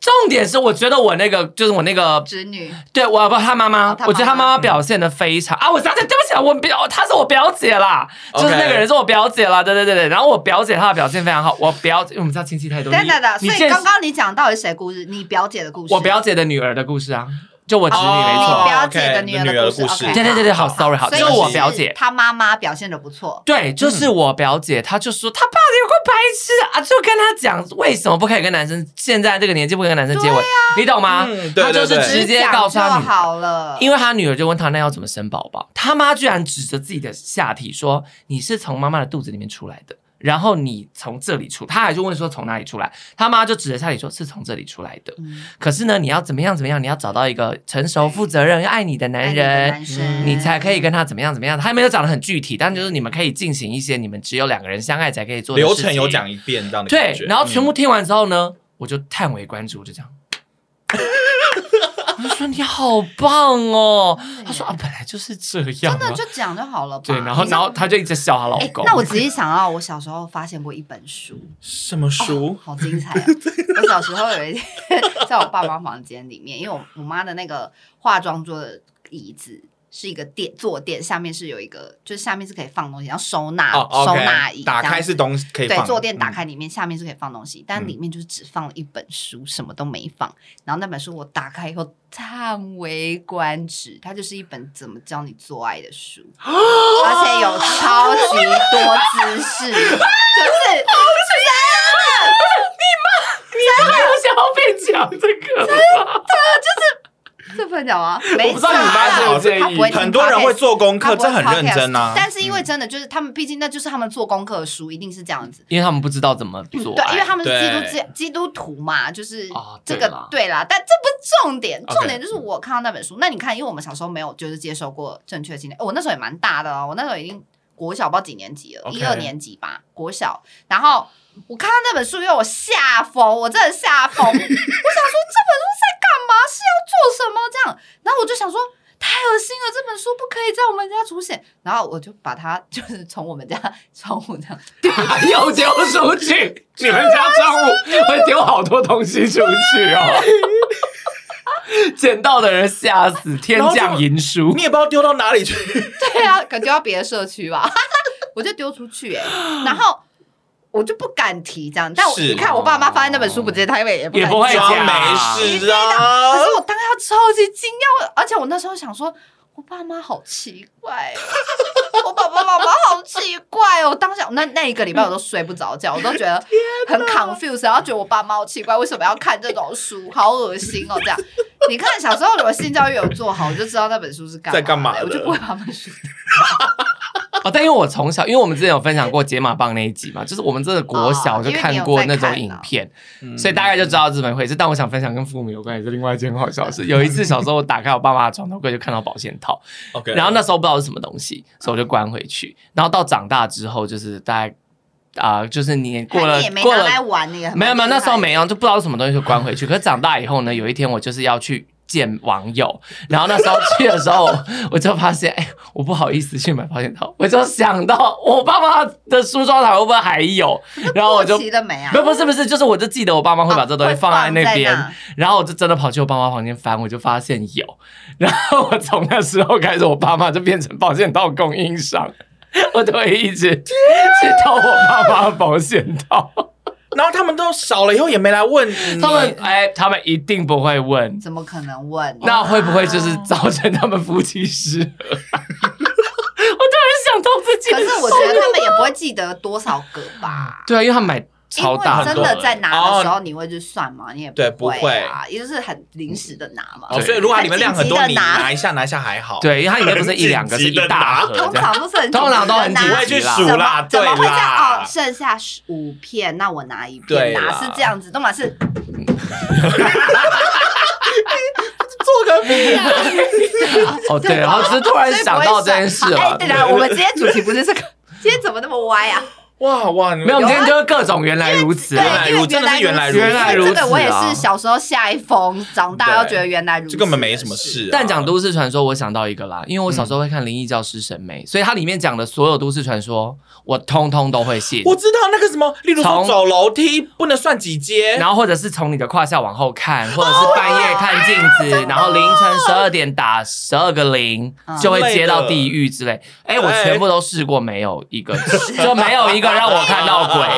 Speaker 3: 重点是，我觉得我那个就是我那个
Speaker 2: 侄女，
Speaker 3: 对，我不他妈妈
Speaker 2: 哦，他妈妈
Speaker 3: 我觉得他妈妈表现的非常啊，我想起来，对不起啊，我表她是我表姐啦
Speaker 1: OK
Speaker 3: 就是那个人是我表姐啦，对对对对，然后我表姐她的表现非常好，我表姐因为我们家亲戚太多，
Speaker 2: 等等等，所
Speaker 3: 你你
Speaker 2: 以
Speaker 3: 见识
Speaker 2: 刚刚你讲到底是谁故事？你表姐的故事，
Speaker 3: 我表姐的女儿的故事啊，就我侄女没
Speaker 2: 哦
Speaker 3: 错。
Speaker 2: 你表姐的
Speaker 1: OK，
Speaker 2: 女儿
Speaker 1: 女
Speaker 2: 的
Speaker 1: 儿的
Speaker 2: 故事
Speaker 1: 故事，
Speaker 2: OK
Speaker 3: 对对对对，好，sorry，好，
Speaker 2: 所
Speaker 3: 就
Speaker 2: 以
Speaker 3: 是
Speaker 1: 就是
Speaker 3: 我表姐。
Speaker 2: 她妈妈表现的不错，
Speaker 3: 对，
Speaker 1: 嗯
Speaker 3: 就是我表姐，她就说她爸有个白痴啊，就跟她讲为什么不可以跟男生，现在这个年纪不可以跟男生接吻，你懂吗？
Speaker 1: 嗯对
Speaker 3: 她
Speaker 1: 对
Speaker 3: 就是
Speaker 1: 对
Speaker 3: 直接告诉
Speaker 2: 只
Speaker 3: 她
Speaker 2: 啊讲
Speaker 3: 女
Speaker 2: 就好了，
Speaker 3: 因为他女儿就问他那要怎么生宝宝，他妈居然指着自己的下体说：“你是从妈妈的肚子里面出来的，然后你从这里出。”他还就问说从哪里出来，他妈就指着下体说：“是从这里出来的。
Speaker 2: 嗯
Speaker 3: 可是呢，你要怎么样怎么样，你要找到一个成熟、负责任、爱你的
Speaker 2: 爱
Speaker 3: 男
Speaker 2: 你的
Speaker 3: 人。
Speaker 2: 男生，
Speaker 3: 你才
Speaker 2: 嗯
Speaker 3: 可以跟他怎么样怎么样，他没有讲的很具体，但就是你们可以进行一些你们只有两个人相爱才可以做的
Speaker 1: 流
Speaker 3: 事
Speaker 1: 程
Speaker 3: 情
Speaker 1: 有讲一遍这样的
Speaker 3: 对
Speaker 1: 感觉，，
Speaker 3: 然后全部
Speaker 1: 嗯
Speaker 3: 听完之后呢，我就叹为观止，我就这样。我就说你好棒哦！他说啊，本来就是这样、
Speaker 2: 真
Speaker 3: 啊，
Speaker 2: 的就讲就好了吧。
Speaker 3: 对，然后
Speaker 2: 你知
Speaker 3: 然
Speaker 2: 道
Speaker 3: 后他就一直笑他老
Speaker 2: 哎
Speaker 3: 公。
Speaker 2: 那我 仔细想到，我小时候发现过一本书，
Speaker 1: 什么
Speaker 2: 哦
Speaker 1: 书？
Speaker 2: 好 精彩、啊！我小时候有一天在我爸妈房间里面，因为我我妈的那个化妆桌的椅子是一个垫坐垫，下面是有一个，就是下面是可以放东西，然后收纳、
Speaker 1: 哦
Speaker 2: 收
Speaker 1: ，OK，
Speaker 2: 纳椅，
Speaker 1: 打
Speaker 2: 这样
Speaker 1: 开
Speaker 2: 子
Speaker 1: 是东西可以
Speaker 2: 对
Speaker 1: 放，
Speaker 2: 坐垫打
Speaker 1: 嗯
Speaker 2: 开里面下面是可以放东西，但里面就是只放了一本书，什么都没放。然后那本书我打开以后叹为观止，它就是一本怎么教你做爱 的书，而且有超级多姿势，就是。
Speaker 3: 没 有想要被讲这个，
Speaker 2: 这不能讲吗？
Speaker 3: 我
Speaker 2: 没
Speaker 3: 不知道你妈
Speaker 2: 事
Speaker 3: 是
Speaker 2: 啊
Speaker 3: 有建
Speaker 2: 他不会
Speaker 3: 议，
Speaker 2: 听
Speaker 1: 嗯很多人会做功课，
Speaker 2: 他不会
Speaker 1: 这很认真啊
Speaker 2: podcast，。但是因为真的就是他们，毕竟那就是他们做功课的书，一定是这样子。
Speaker 3: 因为他们不知道怎么做爱。
Speaker 2: 嗯对，因为他们是基督
Speaker 1: 对
Speaker 2: 基基督徒嘛，就是
Speaker 3: 哦
Speaker 2: 这
Speaker 3: 对
Speaker 2: 个、
Speaker 3: 啦嗯
Speaker 2: 对啦，但这不是重点，
Speaker 1: OK
Speaker 2: 重点就是我看到那本书。那你看，因为我们小时候没有就是接受过正确训练，哦我那时候也蛮大的哦，我那时候已经国小不知道几年级了，
Speaker 1: OK
Speaker 2: 一二年级吧，国小。然后我看到那本书以后，我吓疯，我真的吓疯，我想说这本书在干嘛？是要做什么？这样，然后我就想说。太恶心了！这本书不可以在我们家出现。然后我就把它就是从我们家窗户这样
Speaker 3: 又丢出去，你们家窗户会丢好多东西出去哦。捡到的人吓死，天降银书
Speaker 1: 你。也不知道丢到哪里去，
Speaker 2: 对啊，可能丢到别的社区吧， 我就丢出去、欸，然后我就不敢提这样。但我
Speaker 1: 是
Speaker 2: 你看，我爸妈发现那本书不见，他们也不
Speaker 3: 也
Speaker 2: 敢
Speaker 3: 不会
Speaker 2: 讲
Speaker 1: 装
Speaker 3: 讲
Speaker 1: 没事
Speaker 2: 可
Speaker 1: 啊
Speaker 2: 是。我当下超级惊讶，我而且我那时候想说，我爸妈好奇怪、 哦，我爸爸妈妈好奇怪哦。当下那那一个礼拜我都睡不着觉，我都觉得很 confused，然后觉得我爸妈好奇怪，为什么要看这种书，好恶心哦。这样，你看小时候如果性教育有做好，我就知道那本书是干嘛
Speaker 1: 在干嘛
Speaker 2: 的
Speaker 1: 的
Speaker 2: 我就不会把那本书
Speaker 3: 哦，但因为我从小，因为我们之前有分享过解码棒那一集嘛，就是我们真的国
Speaker 2: 哦
Speaker 3: 小就看过那
Speaker 2: 啊
Speaker 3: 种影片，所以大概就知道这么一回事。但我想分享跟父母有关也是另外一件好笑
Speaker 2: 嗯
Speaker 3: 事。有一次小时候我打开我爸妈的床头柜就看到保险套，
Speaker 1: OK，
Speaker 3: 然后那时候不知道是什么东西，所以我就关回去。然后到长大之后，就是大概啊、就是你过了
Speaker 2: 你也没
Speaker 3: 过
Speaker 2: 拿
Speaker 3: 了
Speaker 2: 来玩那个，
Speaker 3: 没有没有，那时候没有，就不知道是什么东西就关回去。可是长大以后呢，有一天我就是要去见网友，然后那时候去的时候， 我就发现，哎、我不好意思去买保险套，我就想到我爸妈的梳妆台会不会还 有，然后我就
Speaker 2: 过期了没啊？
Speaker 3: 不不是不是，就是我就记得我爸妈会把这东西
Speaker 2: 哦
Speaker 3: 放在那边，
Speaker 2: 会放在
Speaker 3: 然后我就真的跑去我爸妈房间翻，我就发现有， 然后我从那时候开始，我爸妈就变成保险套供应商， 我都会一直去偷我爸妈的保险套，
Speaker 1: 然后他们都少了以后也没来问你
Speaker 3: 他们哎、他们一定不会问。
Speaker 2: 怎么可能问？
Speaker 3: 那 会不会就是造成他们夫妻失和？ 我突然想到自己，
Speaker 2: 可是我觉得他们也不会记得多少个吧。
Speaker 3: 对啊，因为他们买
Speaker 2: 因为
Speaker 3: 超大哎
Speaker 2: 真
Speaker 1: 很
Speaker 2: 的
Speaker 1: 多
Speaker 2: 在拿的时候，你会去算吗？你也
Speaker 1: 对不
Speaker 2: 不
Speaker 1: 会
Speaker 2: 啊，也就是很临时的拿嘛。
Speaker 1: 哦，所以如果它里面量很多，
Speaker 2: 很
Speaker 1: 你
Speaker 2: 紧急地拿
Speaker 1: 拿一下拿一下还好。，
Speaker 3: 对，因为它里面不是一两个，是一大盒
Speaker 2: 通
Speaker 3: 这样。
Speaker 2: 常都是很紧急地拿
Speaker 3: 通常都很紧急
Speaker 1: 不会去
Speaker 3: 啦
Speaker 1: 数啦，
Speaker 2: 怎
Speaker 1: 对
Speaker 2: 么会这样？
Speaker 1: 啦
Speaker 2: 哦，，剩下十五片，那我拿一
Speaker 1: 对
Speaker 2: 片，
Speaker 1: 啦
Speaker 2: 哪是这样子？都嘛 是
Speaker 1: 做个屁啊！
Speaker 3: 哦，对，然后只是突然想到这件事哦
Speaker 2: 哎，
Speaker 3: 了。
Speaker 2: 对啦，我们今天主题不是这个，今天怎么那么歪啊？
Speaker 1: 哇哇，你们
Speaker 3: 没有，我们今天就是各种原来如此
Speaker 2: 对，
Speaker 3: 啦。
Speaker 1: 原来如
Speaker 2: 因为
Speaker 1: 真的是
Speaker 2: 原
Speaker 1: 原
Speaker 2: 来
Speaker 1: 来
Speaker 2: 如此因为
Speaker 3: 如此
Speaker 2: 这个我也是小时候下一封，长大要觉得原来如此，
Speaker 1: 这根本没什么。事啊。
Speaker 3: 但讲都市传说，我想到一个啦，
Speaker 2: 嗯
Speaker 3: 因为我小时候会看《灵异教师》审美，所以它里面讲的所有都市传说，我通通都会信。
Speaker 1: 我知道那个什么，例如说
Speaker 3: 从
Speaker 1: 走楼梯不能算几阶，
Speaker 3: 然后或者是从你的胯下往后看，或者
Speaker 2: 哦
Speaker 3: 是半夜看镜子，然后凌晨十二点打十二个零
Speaker 2: 啊，
Speaker 3: 就会接到地狱之类。哎，我全部都试过，没有 一个
Speaker 1: 啊
Speaker 3: 就没有一个让我看到鬼。
Speaker 2: 你还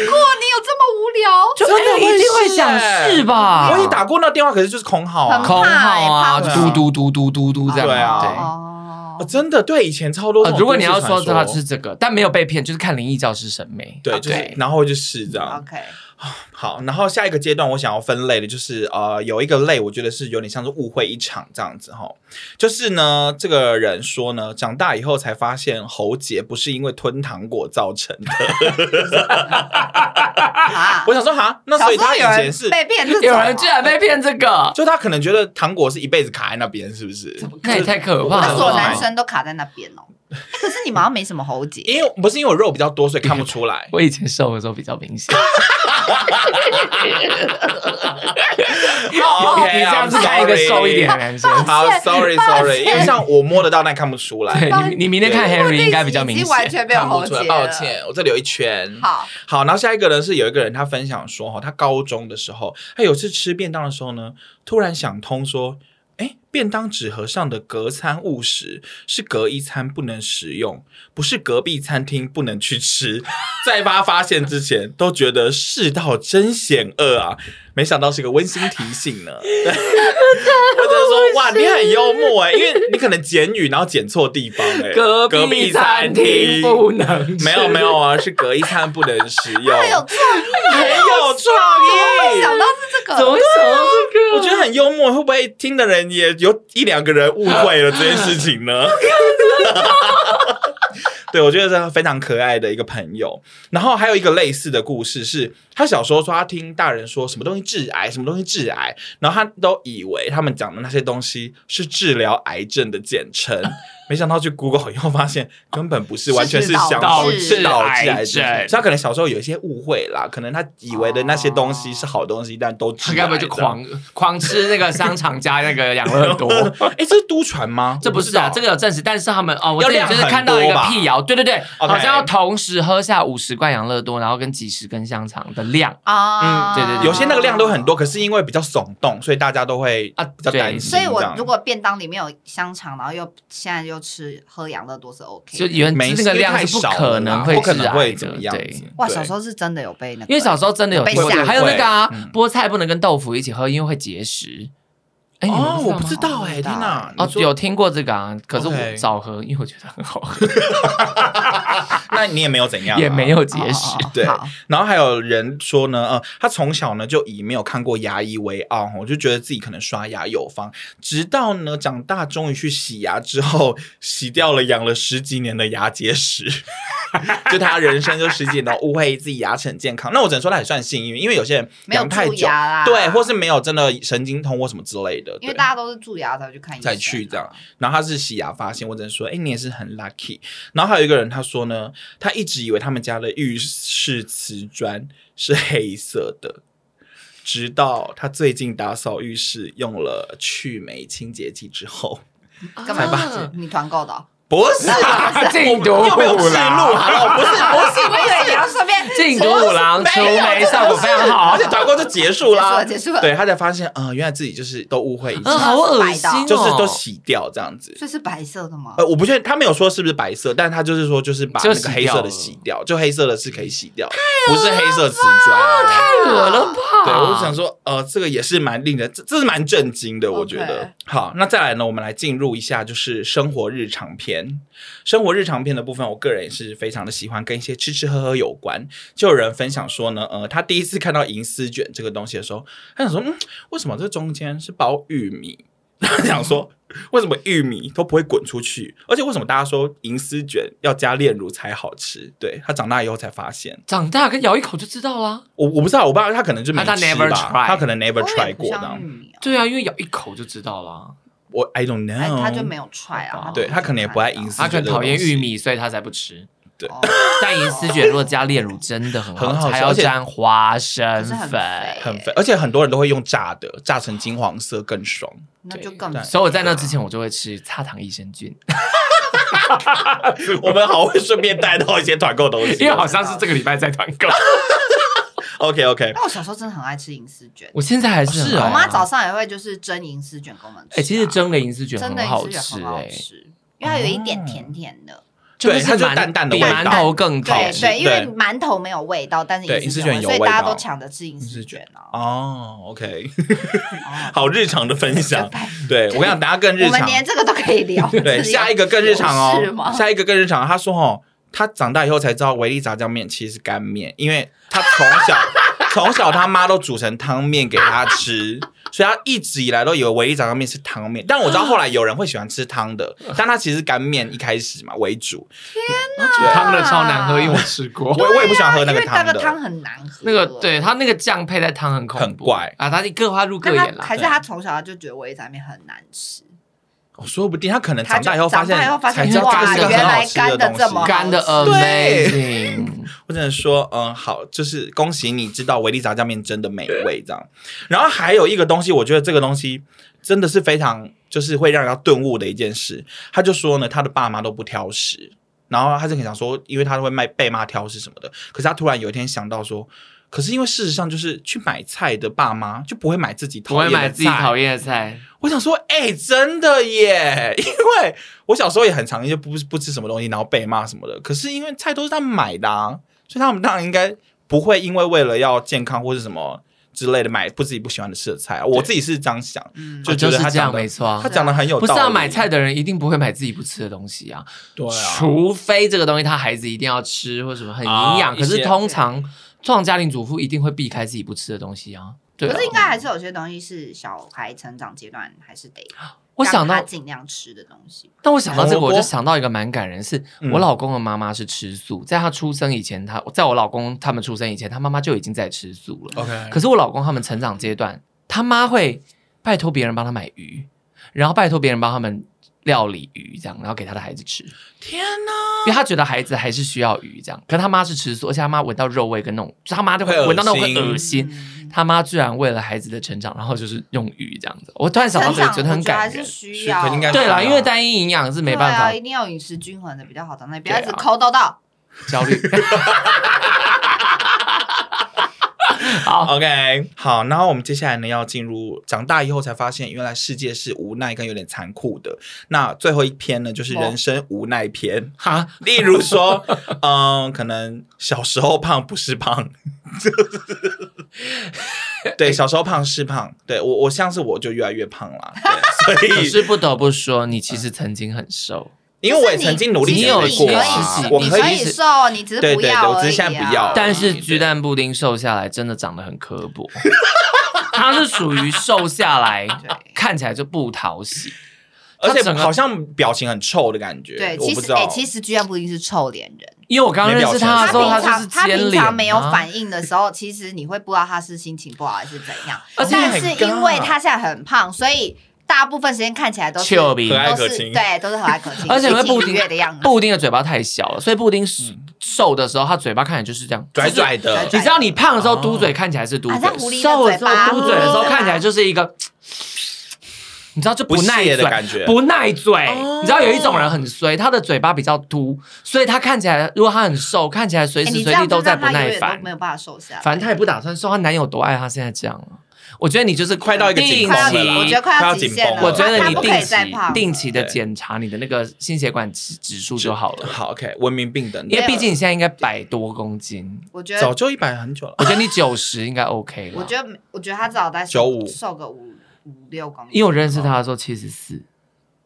Speaker 2: 试过？你有这么无聊？
Speaker 3: 就
Speaker 1: 真的
Speaker 3: 哎
Speaker 1: 会
Speaker 3: 一定会
Speaker 1: 试
Speaker 3: 想
Speaker 1: 哎
Speaker 3: 试吧？
Speaker 1: 我也打过那电话，可是就是空号啊
Speaker 2: 很。
Speaker 3: 空号啊，
Speaker 2: 怕
Speaker 1: 欸
Speaker 3: 就
Speaker 1: 怕鬼
Speaker 3: 嘟嘟嘟嘟嘟嘟这样。
Speaker 1: 对啊
Speaker 3: 对
Speaker 2: 哦
Speaker 1: 哦，真的，对，以前超多这种都市
Speaker 3: 呃
Speaker 1: 传。
Speaker 3: 如果你要说它是啊这个，但没有被骗，就是看灵异教师审美。
Speaker 1: 对，就是然后就是这样。
Speaker 2: ，OK，
Speaker 1: 好，然后下一个阶段我想要分类的就是呃，有一个类我觉得是有点像是误会一场这样子哈，就是呢，这个人说呢，长大以后才发现喉结不是因为吞糖果造成的。
Speaker 2: 啊
Speaker 1: 我想说哈，那
Speaker 2: 小
Speaker 1: 所以
Speaker 2: 时候
Speaker 1: 他以
Speaker 2: 有
Speaker 1: 前
Speaker 2: 人
Speaker 1: 是，
Speaker 2: 被骗这种啊，
Speaker 3: 有人居然被骗这个，
Speaker 1: 就他可能觉得糖果是一辈子卡在那边，是不是？
Speaker 3: 那也太可怕
Speaker 2: 哦那
Speaker 3: 了
Speaker 2: 所有
Speaker 3: 吧。
Speaker 2: 男生都卡在那边哦。哎可是你们好像没什么喉结，
Speaker 1: 因为不是因为我肉比较多，所以看不出 来。
Speaker 3: 我以前瘦的时候比较明显。
Speaker 1: OK，
Speaker 3: 你这样子看一个瘦一点 的。男生。
Speaker 1: 好，sorry
Speaker 2: 抱歉
Speaker 1: sorry，因为像我摸得到，但看不出来，
Speaker 3: 对你，你明天看
Speaker 1: 对
Speaker 3: Henry 应该比较明
Speaker 2: 已经完
Speaker 3: 显。
Speaker 2: 全没有
Speaker 1: 看
Speaker 2: 喉
Speaker 1: 不
Speaker 2: 结
Speaker 1: 出来，
Speaker 2: 了
Speaker 1: 抱。歉，我这里有一圈。
Speaker 2: 好，
Speaker 1: 好，然后下一个呢是有一个人他分享说，哈，他高中的时候，他有次吃便当的时候呢，突然想通说，哎，便当纸盒上的隔餐误食是隔一餐不能食用，不是隔壁餐厅不能去吃。在他发现之前，都觉得世道真险恶啊，没想到是个温馨提醒呢。 对我只能说，哇，你很幽默哎、因为你可能简语，然后剪错地方哎、
Speaker 3: 隔壁餐厅不能吃
Speaker 1: 没有没有啊，是隔一餐不能食用，
Speaker 2: 太有创意了，
Speaker 1: 很 有创意。
Speaker 2: 怎么会想到是这
Speaker 3: 怎么
Speaker 2: 个
Speaker 3: 会？想到这个？
Speaker 1: 我觉得很幽默，会不会听的人也有一两个人误会了这件事情 呢？对，我觉得这非常可爱的一个朋友。然后还有一个类似的故事是，他小时候说他听大人说什么东西致癌，什么东西致癌，然后他都以为他们讲的那些东西是治疗癌症的简称， 没想到去 Google 以后发现根本不是，完全是想
Speaker 2: 导致
Speaker 1: 致癌
Speaker 3: 致癌症
Speaker 1: 所以他可能小时候有一些误会啦，可能他以为的那些东西是好东西，但都致癌
Speaker 3: 他该不会就狂狂吃那个香肠加那个养 乐多？
Speaker 1: 哎、诶这是都传吗？
Speaker 3: 这不是啊，这
Speaker 1: 个
Speaker 3: 个有证实，但是他们哦，我
Speaker 1: 要
Speaker 3: 这里
Speaker 1: 量
Speaker 3: 就是
Speaker 1: 很
Speaker 3: 看到一
Speaker 1: 多
Speaker 3: 个
Speaker 1: 吧
Speaker 3: 辟谣，对对对
Speaker 1: OK
Speaker 3: 好像要同时喝下五十罐养乐多，然后跟几十根香肠的量
Speaker 1: 嗯
Speaker 2: 啊
Speaker 3: 对对对
Speaker 1: 有些那个量都很多，。可是因为比较耸动，所以大家都会
Speaker 3: 啊
Speaker 1: 比较担心这
Speaker 2: 所以
Speaker 1: 样。
Speaker 2: 我如果便当里面有香肠，然后又现在又吃喝养乐多是 OK
Speaker 3: 就
Speaker 2: 的。
Speaker 3: 原
Speaker 1: 没
Speaker 3: 那个量
Speaker 1: 因
Speaker 3: 是
Speaker 1: 为太少
Speaker 3: 可能
Speaker 1: 了啦
Speaker 3: 会
Speaker 1: 不可
Speaker 3: 致
Speaker 1: 能
Speaker 3: 癌
Speaker 1: 会
Speaker 3: 的
Speaker 1: 怎么，样
Speaker 3: 对
Speaker 1: 子。。
Speaker 2: 哇，小时
Speaker 1: 候
Speaker 2: 候是真的有被那个，
Speaker 3: 因为小时候真的有
Speaker 2: 被
Speaker 3: 听过
Speaker 2: 吓
Speaker 3: 还有那个啊
Speaker 1: 会嗯，
Speaker 3: 菠菜不能跟豆腐一起喝，因为会结石。哎，你们
Speaker 1: 哦，我不
Speaker 3: 知
Speaker 1: 知
Speaker 3: 道吗。
Speaker 1: 道哎、
Speaker 2: 我不知
Speaker 1: 天
Speaker 2: 道
Speaker 1: 哪！
Speaker 3: 哦，
Speaker 1: 你说
Speaker 3: 有听过这个啊，可是我
Speaker 1: OK
Speaker 3: 少喝，因为我觉得很好喝，
Speaker 1: 那你也没有怎样、
Speaker 3: 也没。有结石
Speaker 2: 哦。哦哦
Speaker 1: 对
Speaker 2: 好
Speaker 1: 然后还有人说呢，呃，他从小呢就以没有看过牙医为傲，我就觉得自己可能刷牙有方，直到呢长大终于去洗牙之后，洗掉了养了十几年的牙结石， 就他人生就十几年都误会自己牙齿很健康。那我只能说他也算幸运，因为有些人
Speaker 2: 没有
Speaker 1: 养太
Speaker 2: 蛀
Speaker 1: 久，
Speaker 2: 牙啦，
Speaker 1: 对，或是没有真的神经痛或什么之类的，
Speaker 2: 因
Speaker 1: 对
Speaker 2: 为大家都是蛀牙才会去看医生啊，
Speaker 1: 再去这样。然后他是洗牙发现，我只能说，哎、你也是很 lucky。然后还有一个人他说呢，他一直以为他们家的浴室瓷砖是黑色的，直到他最近打扫浴室用了去霉清洁剂之后，
Speaker 2: 干
Speaker 1: 才把
Speaker 3: 啊
Speaker 2: 嘛？你团购的哦？
Speaker 1: 不是啊 啦，
Speaker 3: 禁毒
Speaker 1: 又没有记录啊
Speaker 3: 啦，
Speaker 1: 好了，不是不是。
Speaker 2: 我以为你要顺便
Speaker 3: 禁毒五郎
Speaker 1: 没
Speaker 3: 除
Speaker 1: 有
Speaker 3: 霉效果非常好
Speaker 1: 而且，团购就结束啦，
Speaker 2: 结束了结束了
Speaker 1: 对，他才发现，嗯、原来自己就是都误会一次，
Speaker 3: 嗯，好恶心哦，
Speaker 1: 就是都洗掉这样子。
Speaker 2: 这是白色的吗？
Speaker 1: 呃，我不确定，他没有说是不是白色，但他就是说，就是把
Speaker 3: 就
Speaker 1: 那
Speaker 3: 洗
Speaker 1: 个黑色
Speaker 3: 掉
Speaker 1: 的
Speaker 3: 了
Speaker 1: 洗掉，就黑色的是可以洗掉的，不是黑色瓷砖。
Speaker 3: 太恶了吧？
Speaker 1: 对，我就想，说，呃，这个也是蛮令人，这这是蛮震惊的，我觉得。
Speaker 2: OK
Speaker 1: 好，那再来呢，我们来进入一下就是生活日常篇。生活日常篇的部分，我个人也是非常的喜欢，跟一些吃吃喝喝有关。就有人分享说呢，呃，他第一次看到银丝卷这个东西的时候，他想说，嗯，为什么这中间是包玉米？他想说，为什么玉米都不会滚出去？而且为什么大家说银丝卷要加炼乳才好吃？对他长大以后才发现，
Speaker 3: 长大跟咬一口就知道啦。
Speaker 1: 我我不知道，我爸他可能就没吃吧，
Speaker 3: 他他 never try
Speaker 1: 他可能 never
Speaker 2: 我也
Speaker 1: try
Speaker 2: 不
Speaker 1: 过
Speaker 2: 像
Speaker 1: 的
Speaker 2: 玉。米哦，
Speaker 3: 对啊，因为咬一口就知道啦。
Speaker 1: 我 I don't
Speaker 2: 哎，
Speaker 1: know，
Speaker 2: 他就没有踹啊，
Speaker 1: 嗯对他可能也不爱饮食
Speaker 3: 他可能讨厌玉米，所以他才不吃。
Speaker 2: 哦
Speaker 3: 但银丝卷如果加炼乳，真的很好吃，
Speaker 1: 很好吃
Speaker 3: 还要
Speaker 1: 而且
Speaker 3: 沾花生
Speaker 2: 可是很
Speaker 3: 粉
Speaker 2: 肥。
Speaker 1: 很肥，而且很多人都会用炸的，炸成金黄色更爽。
Speaker 2: 那就更
Speaker 1: 对
Speaker 3: 所以我在那之前，我就会吃擦糖益生菌，
Speaker 1: 我们好会顺便带到一些团购东西，
Speaker 3: 因为好像是这个礼拜在团购。
Speaker 1: OK OK，
Speaker 2: 那我小时候真的很爱吃银丝卷，
Speaker 3: 我现在还是
Speaker 1: 哦
Speaker 3: 很
Speaker 1: 是
Speaker 3: 爱
Speaker 1: 哦
Speaker 3: 啊
Speaker 2: 我妈早上也会就是蒸银丝卷给我们吃啊。
Speaker 3: 哎，其实蒸的银丝卷
Speaker 2: 真
Speaker 3: 很
Speaker 2: 的银
Speaker 3: 好
Speaker 2: 丝卷
Speaker 3: 吃
Speaker 2: 很好
Speaker 3: 哎，
Speaker 2: 吃，因为它有一点甜甜的。
Speaker 1: 对
Speaker 3: 是
Speaker 1: 它就
Speaker 3: 馒
Speaker 1: 淡淡的
Speaker 3: 比
Speaker 1: 味
Speaker 3: 馒
Speaker 1: 道
Speaker 3: 头更嗯好
Speaker 2: 对
Speaker 3: 吃。
Speaker 2: 对，因为
Speaker 1: 对
Speaker 2: 馒头没有味道，但是
Speaker 1: 对
Speaker 2: 银丝
Speaker 1: 银丝卷
Speaker 2: 卷
Speaker 1: 有
Speaker 2: 有味道所以大家
Speaker 1: 味道
Speaker 2: 都抢着吃银丝卷啊。
Speaker 1: 哦，OK，
Speaker 2: 哦
Speaker 1: 好日常的分享。对我跟你讲，大家更日
Speaker 2: 我们
Speaker 1: 常。
Speaker 2: 连这个都可以聊。
Speaker 1: 对，下一个更日常
Speaker 2: 是
Speaker 1: 哦
Speaker 2: 吗，？
Speaker 1: 下一个更日常。他说哦，他长大以后才知道维力炸酱面其实是干面，因为他从 小从小他妈都煮成汤面给他吃，所以他一直以来都以为维力炸酱面是汤面。但我知道后来有人会喜欢吃汤的，
Speaker 2: 哦
Speaker 1: 但他其实干面一开始嘛为主。
Speaker 3: 煮汤的超难喝，因为我吃过。
Speaker 2: 啊
Speaker 1: 我我也不想喝那
Speaker 2: 因
Speaker 1: 个
Speaker 2: 为那
Speaker 1: 汤
Speaker 2: 个汤
Speaker 1: 的，
Speaker 2: 很难喝。
Speaker 3: 那个对它那个酱配在汤很恐怖
Speaker 1: 很怪
Speaker 3: 啊！它一各花入各
Speaker 2: 那
Speaker 3: 眼
Speaker 2: 他
Speaker 3: 啦。
Speaker 2: 还是他从小就觉得维力炸面很难吃，
Speaker 1: 哦说不定他可能
Speaker 2: 他
Speaker 1: 长
Speaker 2: 就
Speaker 1: 大以后发现
Speaker 2: 长大以后发
Speaker 1: 才
Speaker 2: 现
Speaker 1: 知道
Speaker 2: 哇
Speaker 1: 这是一个
Speaker 2: 原
Speaker 1: 很好
Speaker 2: 来干
Speaker 1: 吃
Speaker 2: 的
Speaker 1: 东
Speaker 2: 这么
Speaker 1: 西。
Speaker 3: 干的
Speaker 2: 好
Speaker 3: amazing，
Speaker 1: 我只能说，嗯，好，就是恭喜你知道维力炸酱面真的美味这样。然后还有一个东西，我觉得这个东西真的是非常就是会让人家顿悟的一件事。他就说呢，他的爸妈都不挑食，然后他就很想说，因为他会卖被骂挑食什么的。可是他突然有一天想到说，可是因为事实上就是去买菜的爸妈就不会买自己
Speaker 3: 不
Speaker 1: 讨
Speaker 3: 会
Speaker 1: 厌的
Speaker 3: 买自己
Speaker 1: 菜
Speaker 3: 讨厌的菜。
Speaker 1: 我想说，哎、真的耶！ 因为我小时候也很常就不不吃什么东西，然后被骂什么的。可是因为菜都是他们买的、啊，所以他们当然应该不会因为为了要健康或是什么之类的买不自己不喜欢的吃的菜、啊。我自己是这样想，
Speaker 2: 嗯，
Speaker 1: 就
Speaker 3: 哦
Speaker 1: 觉
Speaker 3: 就
Speaker 1: 得
Speaker 3: 是
Speaker 1: 他
Speaker 3: 这
Speaker 1: 讲
Speaker 3: 样，
Speaker 1: 的、
Speaker 3: 没错啊
Speaker 1: 他。讲的很有道
Speaker 3: 不
Speaker 1: 理。
Speaker 3: 是要买菜的人一定不会买自己不吃的东西啊，
Speaker 1: 对啊，
Speaker 3: 除非这个东西他孩子一定要吃或什么很营养。
Speaker 1: 啊
Speaker 3: 可
Speaker 1: 一
Speaker 3: 是
Speaker 1: 些
Speaker 3: 通常这种家庭主妇一定会避开自己不吃的东西啊。对啊
Speaker 2: 可是应该还是有些东西是小孩成长阶段还是得
Speaker 3: 我想
Speaker 2: 让
Speaker 3: 到
Speaker 2: 他，尽量吃的东西。
Speaker 3: 但我想到这个，
Speaker 1: 红萝
Speaker 3: 我
Speaker 1: 卜
Speaker 3: 就想到一个蛮感人，是
Speaker 1: 哦嗯
Speaker 3: 我老公的妈妈是吃素，在他出生以前，他在我老公他们出生以前，他妈妈就已经在吃素了。
Speaker 1: OK，
Speaker 3: 可是我老公他们成长阶段，他妈会拜托别人帮他买鱼，然后拜托别人帮他们料理鱼，这样，然后给他的孩子吃，因
Speaker 1: 天哪，
Speaker 3: 为他觉得孩子还是需要鱼这样。可他妈是吃素，而且他妈闻到肉味跟那种，就他妈就会
Speaker 1: 会恶心
Speaker 3: 闻到那种会恶心。
Speaker 2: 嗯
Speaker 3: 他妈居然为了孩子的成长，然后就是用鱼这样子，我突然想到
Speaker 2: 成
Speaker 3: 这个，
Speaker 2: 长
Speaker 3: 觉得很
Speaker 2: 我觉得
Speaker 3: 感
Speaker 2: 还
Speaker 3: 人
Speaker 2: 是。需要
Speaker 1: 是可能应该
Speaker 2: 对
Speaker 3: 对啦，因为单一营养是没办
Speaker 2: 啊，
Speaker 3: 法
Speaker 2: 一定要饮食均衡的比较好的，那你不要
Speaker 3: 对啊
Speaker 2: 一直抠到到。
Speaker 3: 焦虑。 好，
Speaker 1: OK，好，然后我们接下来呢要进入长大以后才发现，原来世界是无奈跟有点残酷的。那最后一篇呢，
Speaker 3: 哦
Speaker 1: 就是人生无奈篇。
Speaker 3: 哈，
Speaker 1: 例如说，嗯，可能小时候胖不是胖， 就是对，小时候胖是胖，对我我像是我就越来越胖 啦， 对嗯
Speaker 3: 可
Speaker 1: 所以
Speaker 3: 是不得不说，你其实曾经很瘦。
Speaker 1: 因为我也曾经努力
Speaker 3: 你
Speaker 1: 减
Speaker 3: 有
Speaker 1: 肥过
Speaker 3: 自
Speaker 1: 啊
Speaker 3: 己，
Speaker 1: 我
Speaker 2: 你
Speaker 1: 可
Speaker 2: 可
Speaker 1: 以
Speaker 2: 以瘦，你只是
Speaker 1: 对
Speaker 2: 不
Speaker 1: 对
Speaker 2: 要
Speaker 1: 对我
Speaker 2: 而
Speaker 1: 只
Speaker 2: 已
Speaker 1: 是现在不要
Speaker 2: 啊
Speaker 3: 但是
Speaker 1: 对
Speaker 3: 鸡蛋布丁瘦下来真的长得很刻薄，它是属于瘦下来
Speaker 2: 对
Speaker 3: 看起来就不讨喜，
Speaker 1: 而且
Speaker 3: 他整个
Speaker 1: 好像表情很臭的感觉，
Speaker 2: 对，
Speaker 1: 我
Speaker 2: 其
Speaker 1: 不
Speaker 2: 实哎
Speaker 1: 知道，
Speaker 2: 其实居然不一定是臭脸人。
Speaker 3: 因为我刚刚认识他的时候，
Speaker 1: 没表
Speaker 2: 平
Speaker 3: 就
Speaker 2: 常
Speaker 3: 是
Speaker 2: 他
Speaker 3: 尖
Speaker 2: 平
Speaker 3: 脸、啊，
Speaker 2: 常没有，反应的时候，其实你会不知道他是心情不好还是怎样。
Speaker 3: 而且
Speaker 2: 但是因为他现在很胖，所以大部分时间看起来都是
Speaker 3: 丘比
Speaker 1: 和蔼
Speaker 2: 都
Speaker 1: 可
Speaker 2: 是
Speaker 1: 亲
Speaker 2: 对，都是和蔼可亲，
Speaker 3: 而且
Speaker 2: 喜
Speaker 3: 因为
Speaker 2: 气
Speaker 3: 布
Speaker 2: 愉
Speaker 3: 丁
Speaker 2: 悦的样子。
Speaker 3: 布丁的嘴巴太小了，所以布丁瘦的时候，他嘴巴看起来就是这样
Speaker 1: 嗯拽。拽
Speaker 2: 就是
Speaker 1: 的
Speaker 2: 拽
Speaker 3: 你知道你胖的时候嘟嘴看起来是嘟
Speaker 2: 啊像狐狸的
Speaker 3: 嘴，瘦的时
Speaker 2: 嘴巴
Speaker 3: 候嘟嘴的时候
Speaker 2: 嗯
Speaker 3: 看起来就是一个，你知道就
Speaker 1: 不
Speaker 3: 耐
Speaker 1: 屑
Speaker 3: 嘴
Speaker 1: 的感觉，
Speaker 3: 不耐嘴
Speaker 1: 哦。
Speaker 3: 你知道有一种人很衰，他的嘴巴比较嘟，所以他看起来如果他很瘦，看起来随
Speaker 2: 哎
Speaker 3: 时
Speaker 2: 你
Speaker 3: 随
Speaker 2: 这
Speaker 3: 地
Speaker 2: 样
Speaker 3: 都
Speaker 2: 就
Speaker 3: 在
Speaker 2: 让
Speaker 3: 不
Speaker 2: 他永
Speaker 3: 耐
Speaker 2: 远
Speaker 3: 烦
Speaker 2: 都没。有办法瘦下来。
Speaker 3: 反正她也不打算瘦，她男友多爱她，现在这样了。我觉得你就是
Speaker 1: 快到一个紧绷
Speaker 3: 定
Speaker 2: 快要
Speaker 1: 了
Speaker 2: 紧
Speaker 1: 啦，
Speaker 2: 我
Speaker 3: 期
Speaker 2: 觉得快要
Speaker 1: 快
Speaker 2: 极
Speaker 1: 紧
Speaker 2: 限
Speaker 1: 绷
Speaker 2: 了
Speaker 1: 了。
Speaker 3: 我觉得
Speaker 2: 他
Speaker 3: 你
Speaker 2: 不可以
Speaker 3: 定
Speaker 2: 再
Speaker 3: 期
Speaker 2: 胖了
Speaker 3: 定期的
Speaker 1: 对
Speaker 3: 检查你的那个心血管指指数就好了，
Speaker 1: 好 OK，文明病等
Speaker 3: 因
Speaker 1: 等，
Speaker 3: 为毕竟你现在应该百多公斤，
Speaker 2: 我觉得
Speaker 1: 早，就一百很久了
Speaker 3: 我。觉得你九十应该
Speaker 1: 啊
Speaker 3: OK 了。
Speaker 2: 我觉得，我觉得他至少在
Speaker 1: 95
Speaker 2: 瘦个五五六公斤。
Speaker 3: 因为我认识，他的时候七十四，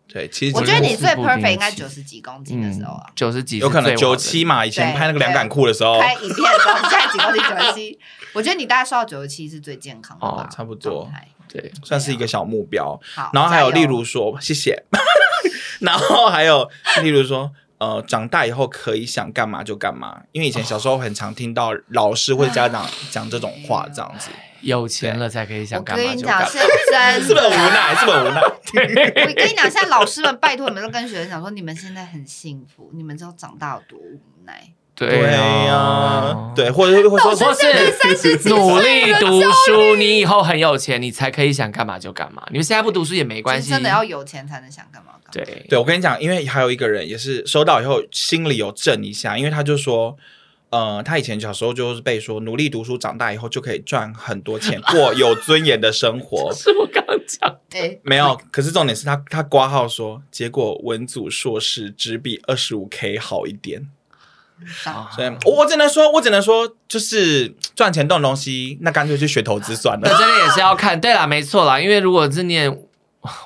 Speaker 1: 对，其实
Speaker 2: 我觉得你最
Speaker 3: 我认识布丁
Speaker 2: perfect 应该九十几公斤的时候啊，
Speaker 3: 嗯九十几是
Speaker 1: 有可
Speaker 3: 最
Speaker 1: 能
Speaker 3: 好的
Speaker 1: 九七嘛，以前
Speaker 2: 对
Speaker 1: 拍那个两杆裤的时
Speaker 3: 嗯
Speaker 1: 候，
Speaker 2: 开影片的时候，现在几公斤九十七，我觉得你大概瘦到九十七是最健康的吧
Speaker 3: 哦，
Speaker 1: 差不多
Speaker 2: 状态
Speaker 3: 对，
Speaker 1: 算是一个小目标。
Speaker 2: 好，
Speaker 1: 然后还有
Speaker 2: 加
Speaker 1: 例
Speaker 2: 油
Speaker 1: 如说，谢谢。 然后还有例如说，呃，长大以后可以想干嘛就干嘛，因为以前小时候很常听到老师或者家 长讲这种话，这样子，
Speaker 3: 有钱了才可以想
Speaker 2: 我
Speaker 3: 干
Speaker 2: 跟
Speaker 3: 嘛
Speaker 2: 你
Speaker 3: 就
Speaker 2: 讲
Speaker 3: 干
Speaker 2: 是
Speaker 3: 嘛。
Speaker 2: 真的，
Speaker 1: 是不是很无奈？是不是很无奈？
Speaker 2: 我跟你讲，现在老师们拜托你们都跟学生讲说，你们现在很幸福，你们知道长大有多无奈。
Speaker 3: 啊
Speaker 1: 对呀
Speaker 3: 呀，，。
Speaker 1: 对，或者或者
Speaker 3: 或
Speaker 1: 说，
Speaker 3: 是 努力读书，你以后很有钱，你才可以想干嘛就干嘛。你们现在不读书也没关
Speaker 2: 其
Speaker 3: 系，
Speaker 2: 实真的要有钱才能想干嘛干嘛。
Speaker 3: 对
Speaker 1: 对我跟你讲，因为还有一个人也是收到以后心里有震一下，因为他就说。呃，他以前小时候就是被说努力读书，长大以后就可以赚很多钱，过有尊严的生活。
Speaker 3: 是我刚刚讲
Speaker 2: 对，
Speaker 1: 没有，可是重点是他他挂号说，结果文组硕士只比二十五 K 好一点，
Speaker 2: 哎上
Speaker 3: 哦啊
Speaker 1: 所以我我只能说，我只能说，就是赚钱这种东西，那干脆去学投资算
Speaker 3: 那
Speaker 1: 了。
Speaker 3: 真的也是要看。对啦，没错啦，因为如果是念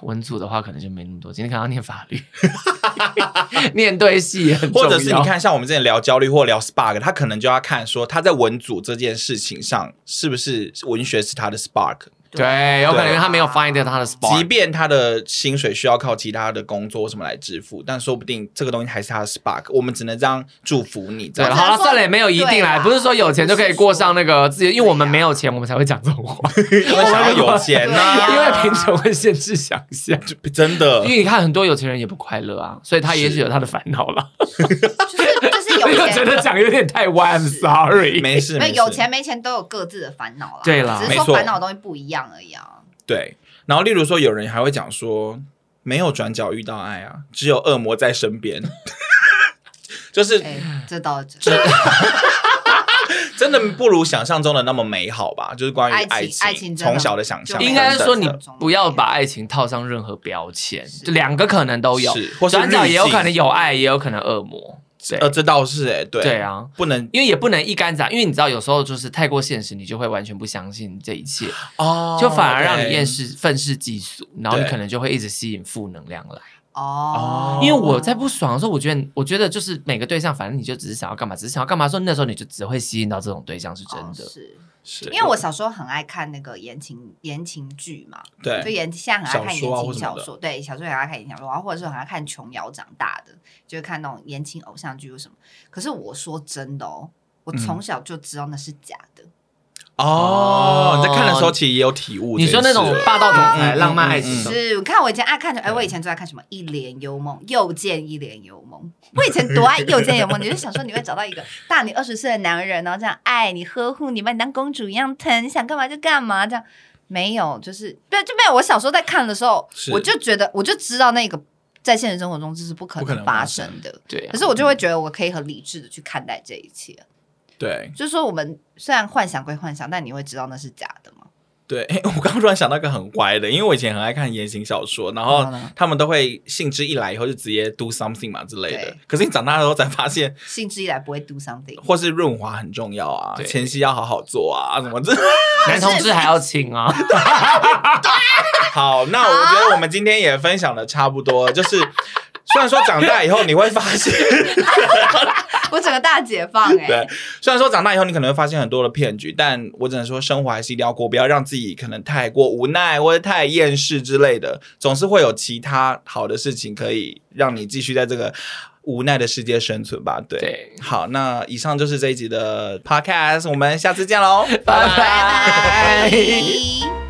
Speaker 3: 文组的话，可能就没那么多钱。你可能要念法 律，念对戏 也很重
Speaker 1: 或
Speaker 3: 要。
Speaker 1: 者是你，看，像我们之前聊焦虑或聊 spark，他可能就要看说他在文组这件事情上是不是文学是他的 spark，
Speaker 3: 对，有可能因为他没有 find 他的
Speaker 1: 即
Speaker 3: spot。
Speaker 1: 便他的薪水需要靠其他的工作什么来支付，但说不定这个东西还是他的 spark。我们只能这样祝福你，这
Speaker 3: 对
Speaker 1: 样
Speaker 2: 我
Speaker 3: 了，
Speaker 2: 只能
Speaker 3: 好了，
Speaker 2: 说
Speaker 3: 算了，也没有一定啦，
Speaker 2: 对啦
Speaker 3: 不是说有钱就可以过上那个自由，因为我们
Speaker 2: 对啊
Speaker 3: 没有钱，我们才会讲这种话，
Speaker 1: 因为想要有钱呢、
Speaker 2: 对啊
Speaker 3: 因为贫穷会限制想象。
Speaker 1: 真的
Speaker 3: 因为你看很多有钱人也不快乐啊，所以他也许有他的烦恼啦。
Speaker 2: 就是就是有
Speaker 3: 我觉
Speaker 2: 钱，
Speaker 3: 得讲 有点太歪，I'm sorry。
Speaker 1: 没事，
Speaker 2: 没
Speaker 1: 没事
Speaker 2: 有有钱没钱都有各自的烦恼啦。
Speaker 3: 对啦
Speaker 2: 只是
Speaker 1: 没
Speaker 2: 说
Speaker 1: 错
Speaker 2: 烦恼的东西不一样而已啊。
Speaker 1: 对，然后例如说，有人还会讲说，没有转角遇到爱啊，只有恶魔在身边， 就是
Speaker 2: 哎，这倒是真的。
Speaker 1: 真的不如想象中的那么美好吧？就是关于
Speaker 2: 爱情
Speaker 1: 爱
Speaker 2: 爱情真的
Speaker 1: 从小的想象，
Speaker 2: 就
Speaker 3: 应该
Speaker 1: 等
Speaker 3: 说
Speaker 1: 等
Speaker 3: 你
Speaker 1: 的
Speaker 3: 不要把爱情套上任何标签，就两个可能都有，
Speaker 1: 是或是
Speaker 3: 转角
Speaker 1: 滤
Speaker 3: 也有
Speaker 1: 镜
Speaker 3: 可能有爱，也有可能恶魔。对、
Speaker 1: 呃，这倒是哎、对
Speaker 3: 对，啊，
Speaker 1: 不能
Speaker 3: 因为也不能一竿子打，啊因为你知道有时候就是太过现实，你就会完全不相信这一切，
Speaker 1: 哦
Speaker 3: 就反而让你厌
Speaker 1: 世。
Speaker 3: 世、愤世嫉俗，然后你
Speaker 1: 对
Speaker 3: 可能就会一直吸引负能量来。
Speaker 2: 哦
Speaker 1: 哦，
Speaker 3: 因为我在不爽的时候，我觉得，我觉得就是每个对象，反正你就只是想要干嘛，只是想要干嘛的时候，那时候你就只会吸引到这种对象，是真
Speaker 2: 哦
Speaker 3: 的。
Speaker 2: 是
Speaker 1: 是
Speaker 2: 因为我小时候很爱看那个言情言情剧嘛，就
Speaker 1: 对
Speaker 2: 言现在很爱看
Speaker 1: 小
Speaker 2: 言
Speaker 1: 说啊
Speaker 2: 情
Speaker 1: 或什么
Speaker 2: 小
Speaker 1: 的
Speaker 2: 说，对，小说也很爱看言情小说，然后或者是很爱看琼瑶长大的，就是看那种言情偶像剧或什么。可是我说真的哦，我
Speaker 1: 嗯
Speaker 2: 从小就知道那是假的，
Speaker 1: 哦，你在看的时候其实也有体悟这
Speaker 3: 你
Speaker 1: 件事
Speaker 3: 说
Speaker 1: 了。
Speaker 3: 那种霸道总裁、
Speaker 1: 嗯嗯
Speaker 3: 浪漫爱情什么的，
Speaker 2: 是，我看我以前爱看，哎，我以前最爱看什么《一帘幽梦》，又见一帘幽梦。我以前多爱又见幽梦，你就想说你会找到一个大你二十岁的男人，然后这样爱你、呵护你，把你当公主一样疼，你想干嘛就干嘛，这样没有，就是对，就没有。我小时候在看的时候，
Speaker 1: 是
Speaker 2: 我就觉得，我就知道那个在现实生活中这是不可
Speaker 1: 不可能
Speaker 2: 发
Speaker 1: 发
Speaker 2: 生
Speaker 1: 生
Speaker 2: 的。
Speaker 3: 对啊
Speaker 2: 可。是我就会觉得，我可以很理智的去看待这一切。
Speaker 1: 对
Speaker 2: 就是说，我们虽然幻想归幻想，但你会知道那是假的嘛？
Speaker 1: 对， 诶我刚刚突然想到一个很歪的，因为我以前很爱看言情小说，然后
Speaker 3: 哦
Speaker 2: 然后呢
Speaker 1: 他们都会兴致一来以后就直接 do something 嘛之类的
Speaker 2: 对。
Speaker 1: 可是你长大之后才发现，
Speaker 2: 兴致一来不会 do something。
Speaker 1: 或是润滑很重要啊，
Speaker 3: 对
Speaker 1: 前期要好好做啊，什么这。
Speaker 3: 男同志还要亲啊，
Speaker 1: 好，那我觉得我们今天也分享的差不多了，就是虽然说长大以后你会发现，
Speaker 2: 我整个大解放哎、
Speaker 1: 对，虽然说长大以后你可能会发现很多的骗局，但我只能说生活还是一定要过，不要让自己可能太过无奈或者太厌世之类的，总是会有其他好的事情可以让你继续在这个无奈的世界生存吧。对，
Speaker 3: 对
Speaker 1: 好，那以上就是这一集的 podcast，我们下次见喽，拜
Speaker 3: 拜
Speaker 2: 拜拜。